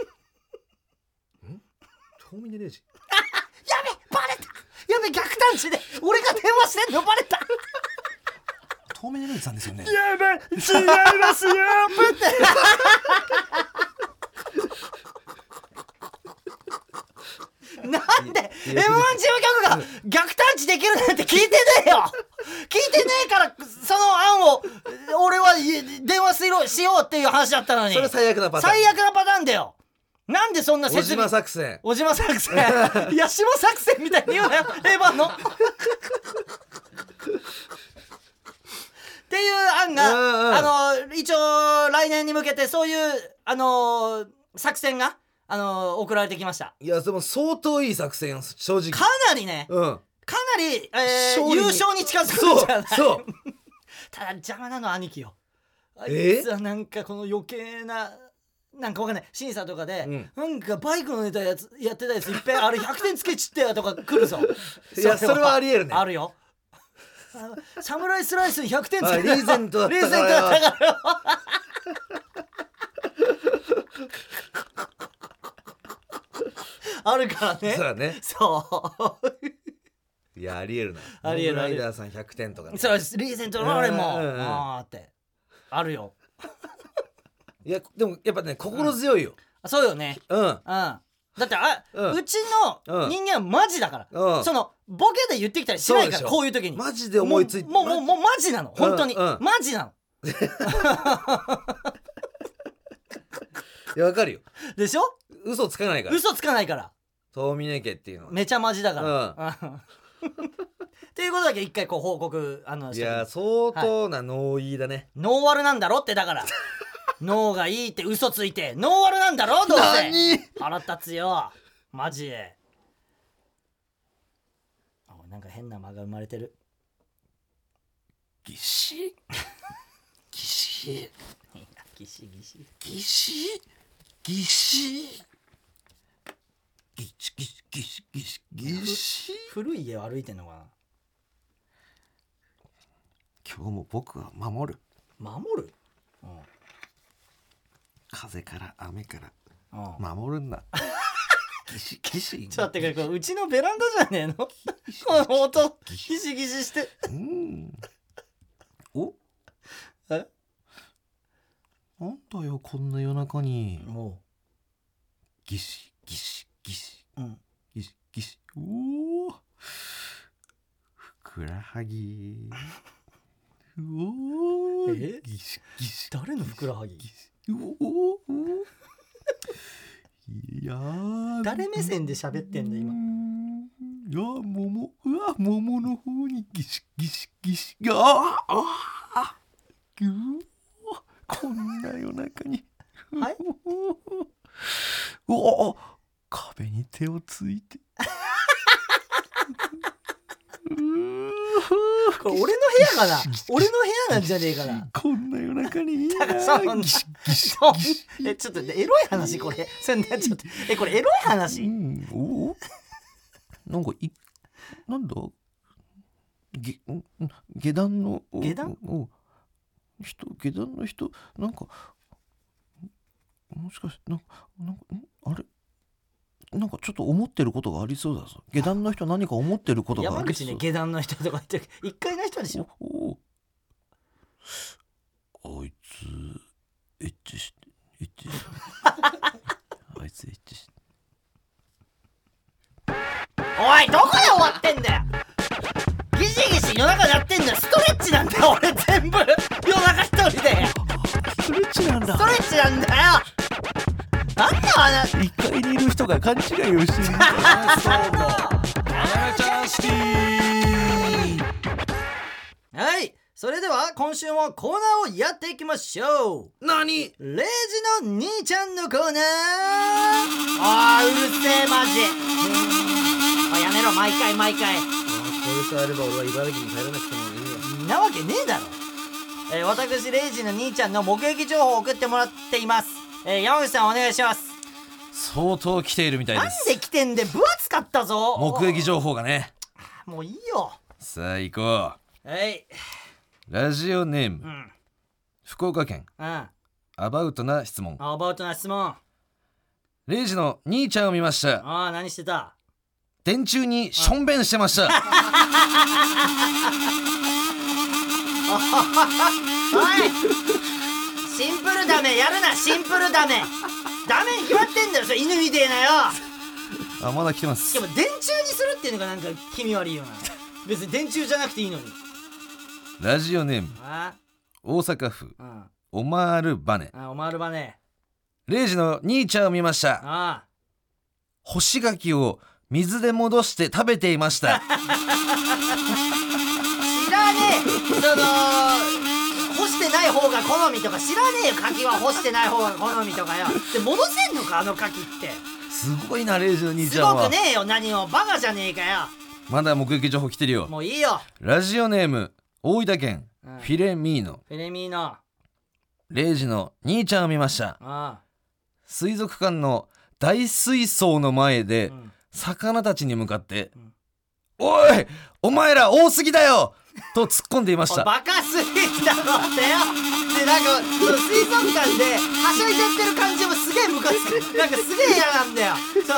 A: ャん遠峰レジ
B: やべバレたやべ逆探知で俺が電話してんのバレた
D: 透明レイさんですよね
F: やばい違いますよ。
B: なんで M1 チーム局が逆探知できるなんて聞いてねえよ <laughs> 聞いてねえからその案を俺はい電話しろしようっていう話だったのに
A: それ最悪なパターン
B: 最悪なパターンだよなんでそんな
A: 小
B: 設備
A: 島作戦
B: 小島作戦
A: <laughs>
B: 八島作戦みたいに言うなよエヴァのっていう
A: うん
B: 案
A: うん
B: が、あの一応来年に向けてそういうあの作戦があの送られてきました
A: いやでも相当いい作戦正直
B: かなりね
A: うん
B: かなり、えー
A: 勝利に
B: 優勝に近づくん
A: そ
B: じゃ
A: う
B: ない
A: そう
B: ただ邪魔なのは兄貴よあ
A: え
B: いつはなんかこの余計ななんかわかんない審査とか <laughs> で、
A: うん
B: なんかバイクのネタやつやってたやついっぺんあれ100点つけちってやとか来るぞ
A: <laughs> いやそれはありえるね
B: あるよあサムライスライスに100点つ
A: あ
B: け
A: リーゼントだった
B: リーゼン
A: か
B: トだ
A: ら
B: った
A: よ
B: からよあるからね
A: そうだね
B: そう
A: いやありえるな
B: ありえるあ
A: ラ
B: りえ
A: イ
B: る
A: ダーさん100点とかね
B: そうですリーゼントの俺も
A: うんうんうん
B: あーってあるよ
A: いやでもやっぱね心強いよ
B: あそうよね
A: うん
B: うんだってあ、
A: う
B: うんちの人間はマジだから、
A: うん
B: そのボケで言ってきたりしないか
A: そうでし
B: ら
A: ょ
B: こういう時に
A: マジで思いついて
B: もうもうもうマジなの本当に、
A: うんうん
B: マジなの
A: いやわかるよ
B: でしょ
A: 嘘つかないから
B: 嘘つかないから
A: 遠峰家っていうのはね
B: めちゃマジだから、うん <laughs> っていうことだけ一回こう報告あの
A: い
B: しておき
A: や
B: ます
A: 相当な脳言いだね
B: ノーワルなんだろってだから
A: <laughs>
B: 脳がいいって嘘ついてノーワルなんだろどうせ腹立つよマジであなんか変な間が生まれてる
D: ぎっしりぎっしり
B: いやギシギシ
D: ぎっしりぎっしりぎっしぎっしぎっしぎっしぎっし
B: 古い家を歩いてんのか
C: 今日も僕は守る
B: な守るうん
C: 風から雨から
B: うん
C: 守るんだ
B: <laughs>
C: ギシギシ
B: ちょっと待ってこれうちのベランダじゃねえのこの音ギシギシして
C: うんお
B: え
C: なんだよこんな夜中に
B: も
C: ギシギシギシ
B: ううん
C: ギシギシおーふくら
B: <laughs>
C: はぎおー
B: え
C: ギシギシ
B: 誰のふくらはぎ
C: ギシおーおーい <laughs> やー
B: 誰目線で喋ってんだ今
C: うーんいや桃うわ桃の方にギシギシギシがあーあーうおーこんな夜中に
B: はいう
C: おー壁に手をついて
B: これ俺の部屋かな俺の部屋 <laughs> なんじゃねえかな
C: <laughs> こんな夜中にいい
B: だ
C: な
B: から <laughs> そんな
C: ギシギシ
B: そうえちょっとエロい話これそんなちょっとえこれエロい話
C: うん、おおなんかいなんだげん下段のお
B: 下段
C: お人下段の人なんかもしかしてなんかなんかんあれなんかちょっと思ってることがありそうだぞ下段の人何か思ってることがあ
B: 山
C: り
B: 口
C: そう
B: ね下段の人とか言って一階の人でしょ
C: おおあいつエッチしてエッ
B: <laughs>
C: チしてあいつエッチして
B: おいどこで終わってんだよギシギシ夜中やってんのストレッチなんだよ俺全部夜中一人で
C: ストレッチなんだ
B: ストレッチなんだよなんだあの
C: <laughs> 一階にいる人が勘違いをしている
D: マラチャンシティ
B: それでは今週もコーナーをやっていきましょう
H: 何
B: レイジの兄ちゃんのコーナーあーうるせえマジあやめろ毎回毎回
H: あこれさえあれば俺は茨城に帰らなくてもいいよ
B: んなわけねえだろ、えー私レイジの兄ちゃんの目撃情報を送ってもらっています、えー山口さんお願いします
A: 相当来ているみたい
B: なん
A: です
B: で来てんで分厚かったぞ
A: 目撃情報がね
B: もういいよ
A: さあ行こ
B: は
A: う
B: い、
A: ラジオネーム、
B: ん
A: 福岡県
B: うん、
A: アバウトな質問
B: アバウトな質問あ
A: レイジの兄ちゃんを見ました
B: あ何してた
A: 電柱にしょんべんしてました
B: おいシンプルダメやるなシンプルダメダメに決まってんだよそれ犬みてえなよ
A: <laughs> あまだ来てま
B: し
A: す
B: かも電柱にするっていうのがなんか気味悪いよな別に電柱じゃなくていいのに
A: ラジオネーム
B: あ
A: 大阪府
B: うん
A: オマールバネ
B: あおまるばね
A: レイジの兄ちゃんを見ました
B: あ
A: 干し柿を水で戻して食べていました
B: あ知らねえその干してない方が好みとか知らねえよ柿は干してない方が好みとかよで戻せんのかあの柿って
A: すごいなレイジの兄ち
B: す
A: ゃ
B: ご
A: んは
B: くねえよ何をバカじゃねえかよ
A: まだ目撃情報来てるよ
B: もういいよ
A: ラジオネーム大分県
B: うん
A: フィレミーノ
B: フェレミーノあ
A: レイジの兄ちゃんを見ました
B: あ
A: 水族館の大水槽の前で
B: ん
A: 魚たちに向かって「おいお前ら多すぎだよ!」と突っ込んでいまし
B: <laughs> おい
A: た
B: バカすぎだろってよでなんかその水族館ではしゃいじゃってる感じもすげえムカつくなんかすげえ嫌なんだよそ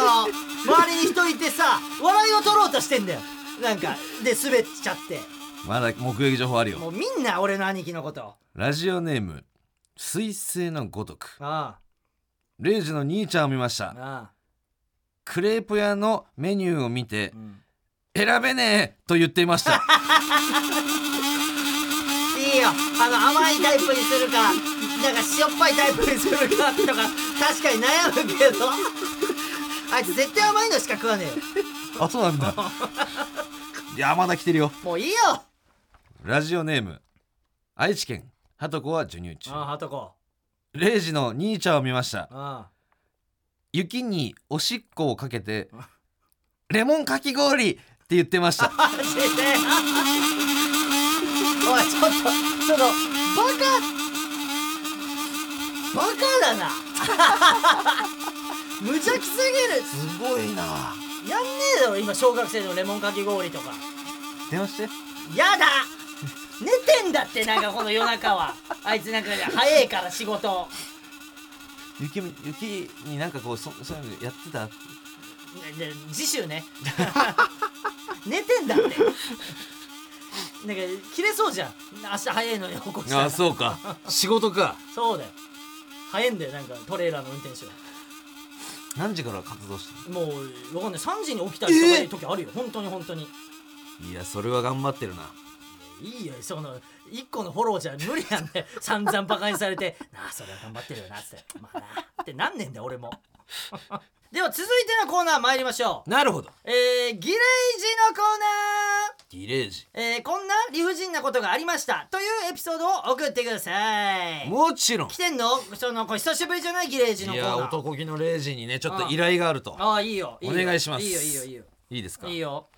B: の周りに人いてさ笑いを取ろうとしてんだよなんかで滑っちゃって
A: まだ目撃情報あるよ
B: もうみんな俺の兄貴のこと
A: ラジオネーム水星のごとく
B: あ
A: レイジの兄ちゃんを見まし
B: あ
A: た
B: あ
A: クレープ屋のメニューを見て「選べねえ!」と言っていました
B: <laughs> あいいよあの甘いタイプにするかなんか塩っぱいタイプにするかとか確かに悩むけど <laughs> あいつ絶対甘いのしか食わねえよ
A: あそうなんだいやまだ来てるよ
B: もういいよ
A: ラジオネーム愛知県はとこは授乳中
B: ああはとこ
A: レイジの兄ちゃんを見ました
B: ああ
A: 雪におしっこをかけ <laughs> て「レモンかき氷!」って言ってました
B: マジでおいちょっとちょっとバカバカだな <laughs> 無邪気すぎる
A: すごいな
B: やんねえだろ今小学生のレモンかき氷とか
A: 電話して
B: やだ寝てんだってなんかこの夜中はあいつなんか早いから仕事
A: 雪み雪になんかこうそそういうのやってた
B: ねね次週ね寝てんだってなんか切れそうじゃん明日早いのに起こしたら
A: そうか仕事か
B: そうだよ早いんだよなんかトレーラーの運転手は
A: 何時から活動して
B: もうわかんない3時に起きたりとかいう時あるよ、本当に本当に
A: るいやそれは頑張ってるない
B: いよその1個のフォローじゃ無理なんだよ <laughs> 散々バカにされて <laughs> 「なあそれは頑張ってるよな」って「まあな」ってなんねんだよ俺も <laughs> では続いてのコーナー参りましょう
A: なるほど
B: えー、ギレイジのコーナー
A: ディレイジ
B: えー、こんな理不尽なことがありましたというエピソードを送ってください
A: もちろん
B: 来てんのそのこれ久しぶりじゃないギレイジの
A: い
B: コーナ
A: や
B: ー
A: 男気のレイジにねちょっと依頼があると
B: ああいいよいいよ
A: お願いします
B: いいよいいよいいよ
A: いいですか
B: いいよ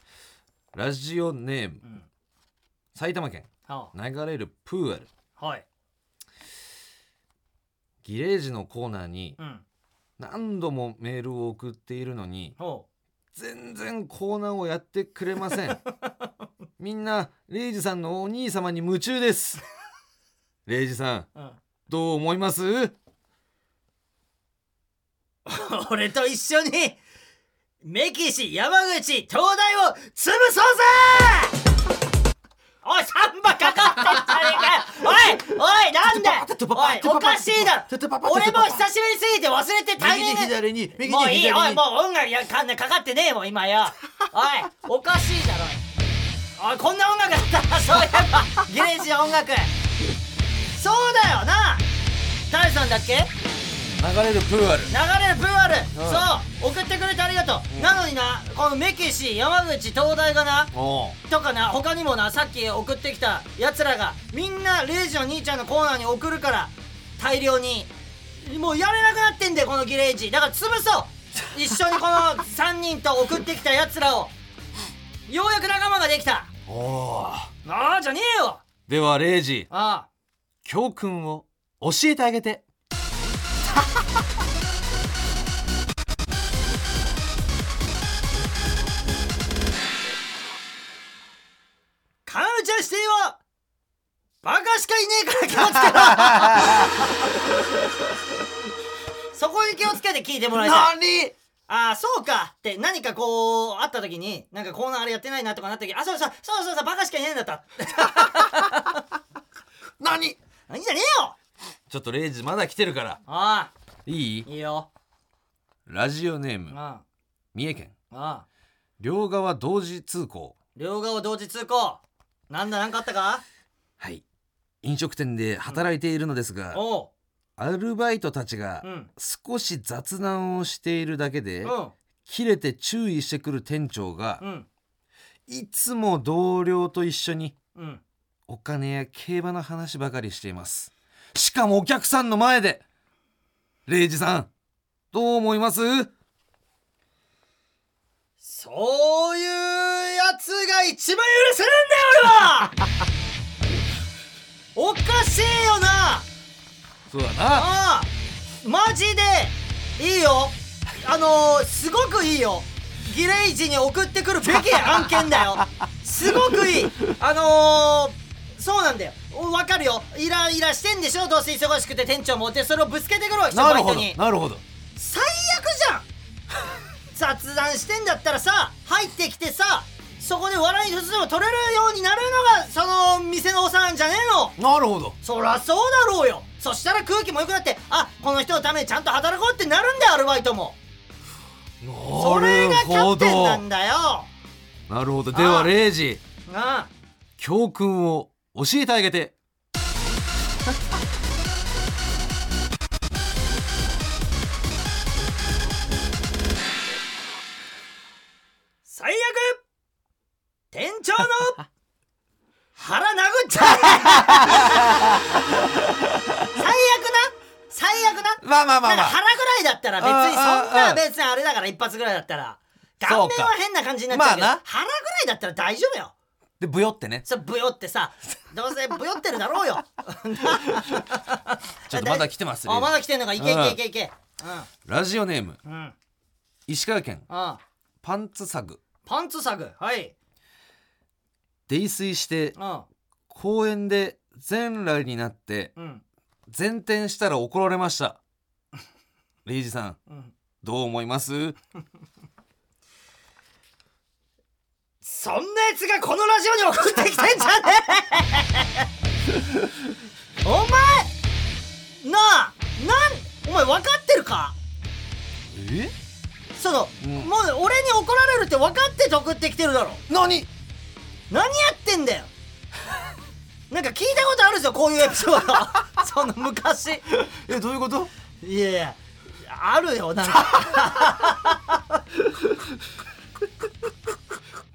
A: ラジオネーム、埼玉県
B: あ
A: 流れるプーアル
B: あはい
A: ギレージのコーナーに
B: うん
A: 何度もメールを送っているのに
B: ほ
A: 全然コーナーをやってくれませ <laughs> んみんなレイジさんのお兄様に夢中ですレイジさん
B: う、うん、
A: どう思います
B: <laughs> 俺と一緒にメキシ山口東大を潰そうぜおいサンバかかってんじゃねえかよおいおいなんでおいおかしいだろ俺も久しぶりすぎて忘れてタイミング
A: 左に右に左に
B: もういいおいもう音楽やかんかかってねえもん今よおいおかしいだろおいこんな音楽だったらそういえばギレージの音楽そうだよな誰さんだっけ
A: れるプーアル
B: 流れるプーアル、そう送ってくれてありがとう、なのになこのメキシ山口東大がな
A: おう
B: とかな他にもなさっき送ってきたやつらがみんなレイジの兄ちゃんのコーナーに送るから大量にもうやれなくなってんだよこのギレージだから潰そう一緒にこの3 <laughs> 人と送ってきたやつらをようやく仲間ができた
A: おう
B: ああじゃねえよ
A: ではレイジ
B: ああ
A: 教訓を教えてあげて
B: 金持ちはしていいわバカしかいねえから気をつけろそこに気をつけて聞いてもらいたい
A: 何
B: ああそうかって何かこうあった時になんかコーナーあれやってないなとかなった時あそうそうそうそうそうバカしかいねえんだった
A: <laughs> 何
B: 何じゃねえよ
A: ちょっとレイジまだ来てるから
B: ああ
A: いい
B: いいよ
A: ラジオネーム
B: あ
A: 三重県
B: あああ
A: 両側同時通行
B: 両側同時通行なんだなんかあったか
A: はい飲食店で働いているのですが
B: おう
A: アルバイトたちが
B: うん
A: 少し雑談をしているだけで
B: うん
A: 切れて注意してくる店長が
B: うん
A: いつも同僚と一緒に
B: うん
A: お金や競馬の話ばかりしていますしかもお客さんの前でレイジさんどう思います
B: そういうやつが一番許せねえんだよ
A: <laughs>
B: 俺はおかしいよな
A: そうだな
B: ああマジでいいよあのー、すごくいいよギレイジに送ってくるべき案件
A: <laughs>
B: だよすごくいいあのー、そうなんだよおわかるよイライラしてんでしょどうせ忙しくて店長もでそれをぶつけてくるわ
A: <laughs>
B: け
A: なる
B: バイ
A: ほ
B: ト
A: ど
B: に
A: なるほど
B: 最悪じゃん <laughs> 雑談してんだったらさ入ってきてさそこで笑いのつでも取れるようになるのがその店のおさなんじゃねえの
A: なるほど
B: そりゃそうだろうよそしたら空気も良くなってあこの人のためにちゃんと働こうってなるんだよアルバイトもそれがキ
A: なる
B: ャ
A: ほ
B: プテンな
A: ど
B: んだよ
A: なるほど
B: あ
A: ではレイジ
B: ああ
A: 教訓を教えてあげて
B: 最悪店長の腹殴っちゃえ最悪な最悪な
A: まあまあまあまあ
B: なんか腹ぐらいだったら別にそん
A: あああ
B: な別にあれだから一発ぐらいだったら
A: そ
B: 顔
A: う
B: 面
A: か
B: は変な感じになっちゃうけど、
A: まあな
B: 腹ぐらいだったら大丈夫よ
A: でブヨってね
B: それブヨってさどうせブヨってるだろ
A: <laughs>
B: うよ
A: ちょっとまだ来てますレイ
B: あ
A: ジ
B: まだ来てんのかいけいけいけいけ
A: ラジオネーム
B: うんうん
A: 石川県
B: あ
A: パンツサグ
B: パンツサグはい
A: 泥酔して
B: うん
A: 公園で全裸になって
B: うん
A: 前転したら怒られましたレイジさん
B: うん
A: どう思います
B: そんなやつがこのラジオに送ってきてんじゃねえお前なあなんお前分かってるか
A: え
B: その、
A: うん
B: もう俺に怒られるって分かってて送ってきてるだろ
A: 何
B: 何やってんだよ <laughs> なんか聞いたことあるぞこういうエピソ
A: <laughs>
B: ードその昔
A: えどういうこと
B: いやいやあるよ
A: <laughs>
B: なんか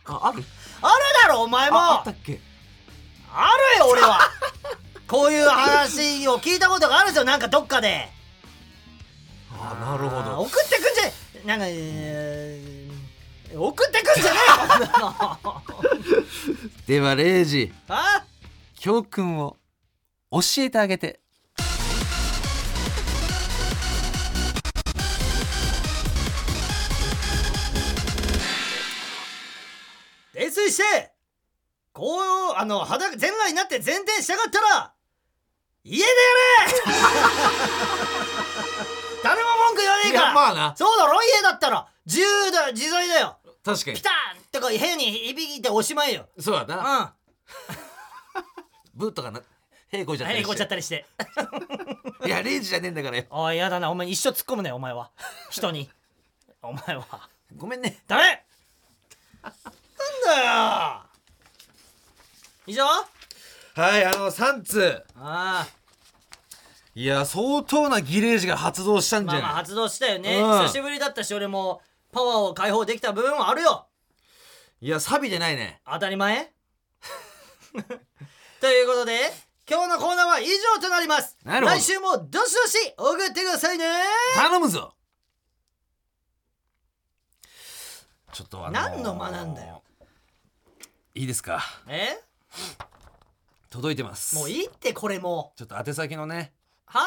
A: あある
B: あるだろお前も
A: ああ
B: あ
A: ったっけ
B: るよ俺は <laughs> こういう話を聞いたことがあるぞなんかどっかで
A: あなるほ
B: あ
A: ど
B: 送ってくんじゃなんか、えー送ってくんじゃ
A: <laughs>
B: ねえよこんなの
A: ではレイジ
B: あ
A: 教訓を教えてあげて
B: 泥酔してこうあの裸全裸になって前転したかったら家でやれ <laughs> 誰も文句言わねえ
A: い
B: から
A: やまあな
B: そうだろ家だったら自由だ自在だよ
A: 確かに
B: ピタンってこう部屋に響いておしまいよ
A: そうだ
B: うん
A: なブーとかな平行じゃった
B: へ
A: り
B: いこ
A: し
B: っちゃってたりして
A: いやレイジじゃねえんだからよ
B: おいやだなお前一生突っ込むねお前は人に <laughs> お前は
A: ごめんね
B: ダメなんだよ以上あ
A: はいあの3通
B: あ
A: いや相当なギレージが発動したんじゃな
B: まあ
A: い、
B: まあ発動したよね、
A: うん
B: 久しぶりだったし俺もパワーを解放できた部分はあるよ
A: いや錆びてないね
B: 当たり前 <laughs> ということで今日のコーナーは以上となります
A: なるほど
B: 来週もどしどし送ってくださいね
A: 頼むぞちょっとあのー
B: 何の間なんだよ
A: いいですか
B: え
A: 届いてます
B: もういいってこれも
A: ちょっと宛先のね
B: は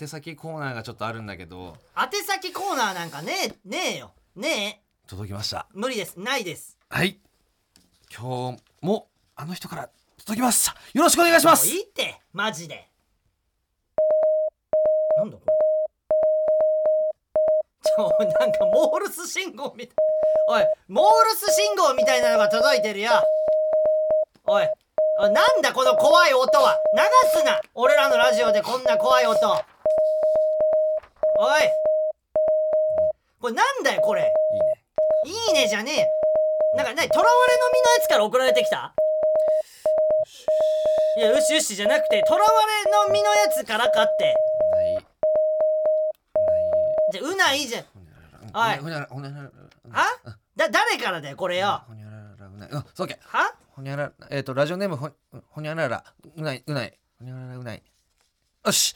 A: 宛先コーナーがちょっとあるんだけど
B: 宛先コーナーなんかねえねえよねえ
A: 届きました
B: 無理ですないです
A: はい今日もあの人から届きましたよろしくお願いしま
B: も
A: す
B: ういいってマジでなんだこれちょなんかモールス信号みたいおいモールス信号みたいなのが届いてるよおいおいなんだこの怖い音は流すな俺らのラジオでこんな怖い音おいこれなんだよこれ
A: いいね
B: いいねじゃねえよなんかなにとらわれの身のやつから送られてきたいやうしうしじゃなくてとらわれの身のやつからかって
A: ないない
B: じゃうないじゃん
A: ほにゃら
B: は
A: ら
B: い
A: ほにゃらほにゃら
B: はだ誰からだよこれよ
A: ほにゃららうないうんそうけ
B: は
A: ほにゃらえっとラジオネームほほにゃららうないうないうにゃららうないよし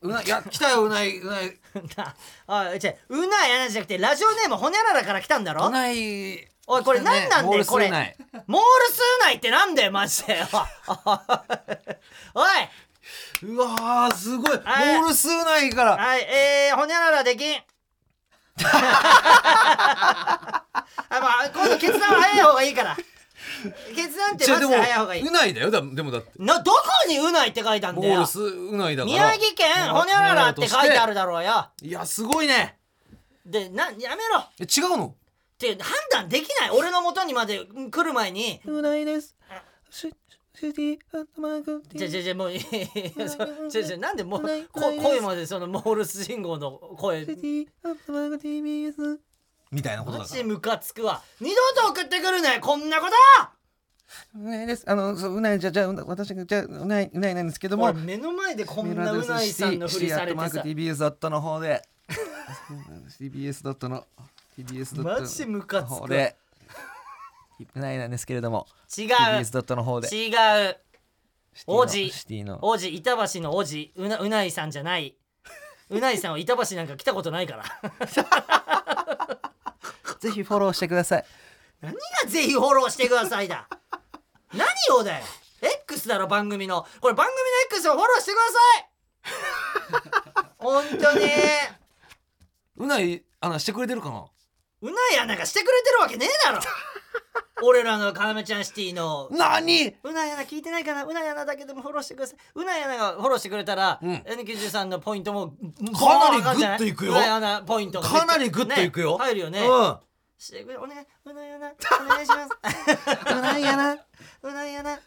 A: うないいや来たようないうない
B: なあ違ううなやなじゃなくてラジオネームほにゃららから来たんだろ
A: うない
B: おいこれ何なん
A: モ
B: だよ
A: ールス
B: これ
A: うない
B: モールスうないってなんだよマジ
A: <laughs>
B: でよおいう
A: わーすごいモ
B: はい
A: ールスうないから
B: はいえー、ほにゃららできんあまあ今度決断は早い方がいいから決断って
A: じゃあ
B: マ
A: で
B: ジ
A: も
B: で早い方がいいう
A: ないだよだでもだって
B: などこにうないって書いたん
A: モ
B: だ
A: ー
B: よ
A: ルスうないだから
B: 宮城県ほにゃららって書いてあるだろうよ
A: いやすごいね
B: でなやめろっ
A: え違うの
B: て判断できない俺の元にまでうん来る前に
I: うないです。シシティアットマーク
B: じゃじゃじ
I: <laughs>
B: ゃもういいそうじゃじゃなんでもう
I: ない
B: こ
I: ないです
B: 声までそのモールス信号の
I: <laughs>
B: 声
I: ティアットマーク TBS。
A: みたいなこと
B: マ
A: だから
B: ジムカつくわ二度と送ってくるなよこんなこと
I: うないです。あの、そう、うない、じゃ、じゃ、私が、じゃ、うない、うないなんですけど
B: 俺
I: も。
B: 目の前でこん
I: メール
B: な
I: アドレ
B: う
I: スは
B: ないさんのふりされてさ
I: TBS ドットの方で TBS ドットの TBS ドット
B: マジムカつく
I: 方
B: わ
I: でうないなんですけれども
B: 違う
I: TBS ドットの方で
B: 違う王子
I: シティの
B: 王子板橋の王子うなうないさんじゃないうないさんは板橋なんか来たことないから
I: <laughs> ぜひフォローしてください
B: 何がぜひフォローしてくださいだ何をだよ X だろ番組のこれ番組の X をフォローしてください本当に
A: うないあのしてくれてるかな
B: うないやなんかしてくれてるわけねえだろ <laughs> 俺らのカナメちゃんシティの
A: 何
B: うなやな聞いてないかなうなやなだけでもフォローしてくださいうなやながフォローしてくれたら、
A: ん
B: N93 のポイントも
A: かなりグッといくよ
B: うなやなポイントが
A: かなりグッといくよ、
B: ね入るよね、
A: うん
B: してくれお願いうなやなお願いしま
A: <laughs>
B: すうなやなうなやな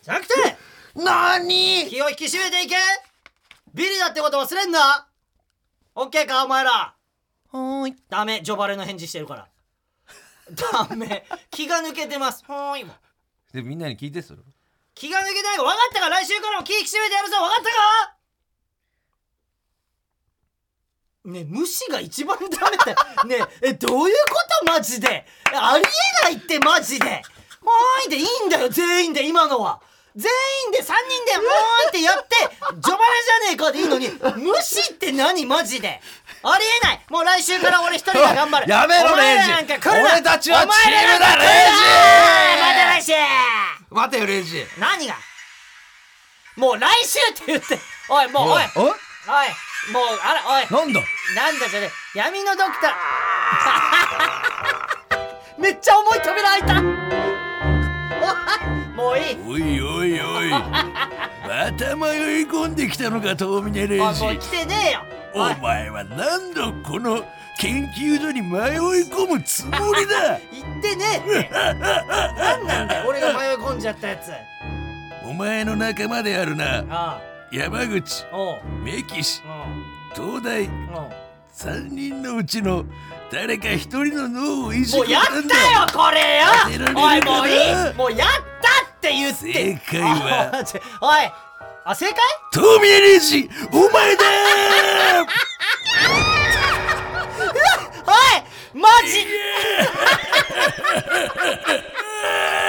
B: じゃなくて
A: 何
B: 気を引き締めていけビリだってこと忘れんなオッケーかお前ら
I: はい
B: ダメジョバレの返事してるからダメ気が抜けてますほーい
A: でみんなに聞いてそれ
B: 気が抜けない分かったか来週からも気引き締めてやるぞ分かったかねえ無視が一番ダメだよ
A: <laughs>
B: ねええどういうことマジでえありえないってマジでもういいでいいんだよ全員で今のは全員で3人でもういいってやってジョバレじゃねえかでいいのに無視って何マジでありえないもう来週から俺一人が頑張る
A: やめろ
B: お前ら
A: レイジ
B: なんか来るな
A: 俺たちは
B: お前らなんか来
A: チーム
B: るな
A: だレイジ
B: また来週
A: 待てよレイジ
B: 何がもう来週って言っておいもうおいおいもうあらおい
A: なんだ
B: なんだじゃねえ闇のドクター <laughs> めっちゃ重い扉開いた <laughs> おいもういい
C: お
A: <laughs>
C: いおいおいまた迷い込んできたのか遠峰レイ
B: おい
C: ジ
B: もう来てねえよ
C: お
B: おい
C: 前は何度この研究所に迷い込むつもり
A: <laughs>
C: だ
B: 行ってねえって何なんだよ俺が迷い込んじゃったやつ
C: お前の仲間であるな
B: あ
C: 山口
B: あおう
C: メキシ
B: うん
C: 東大
B: うん
C: 3人のうちの誰か1人の脳をいじ
B: も
C: く
B: うやった
C: ん
B: よ
C: だ
B: これよ
C: 当てられる
B: おい
C: かな
B: もういいもうやったって言って
C: 正解は
B: <laughs> あちょおいあ、正解
C: トミーレイジお前だー
B: おいマジ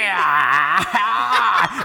C: やー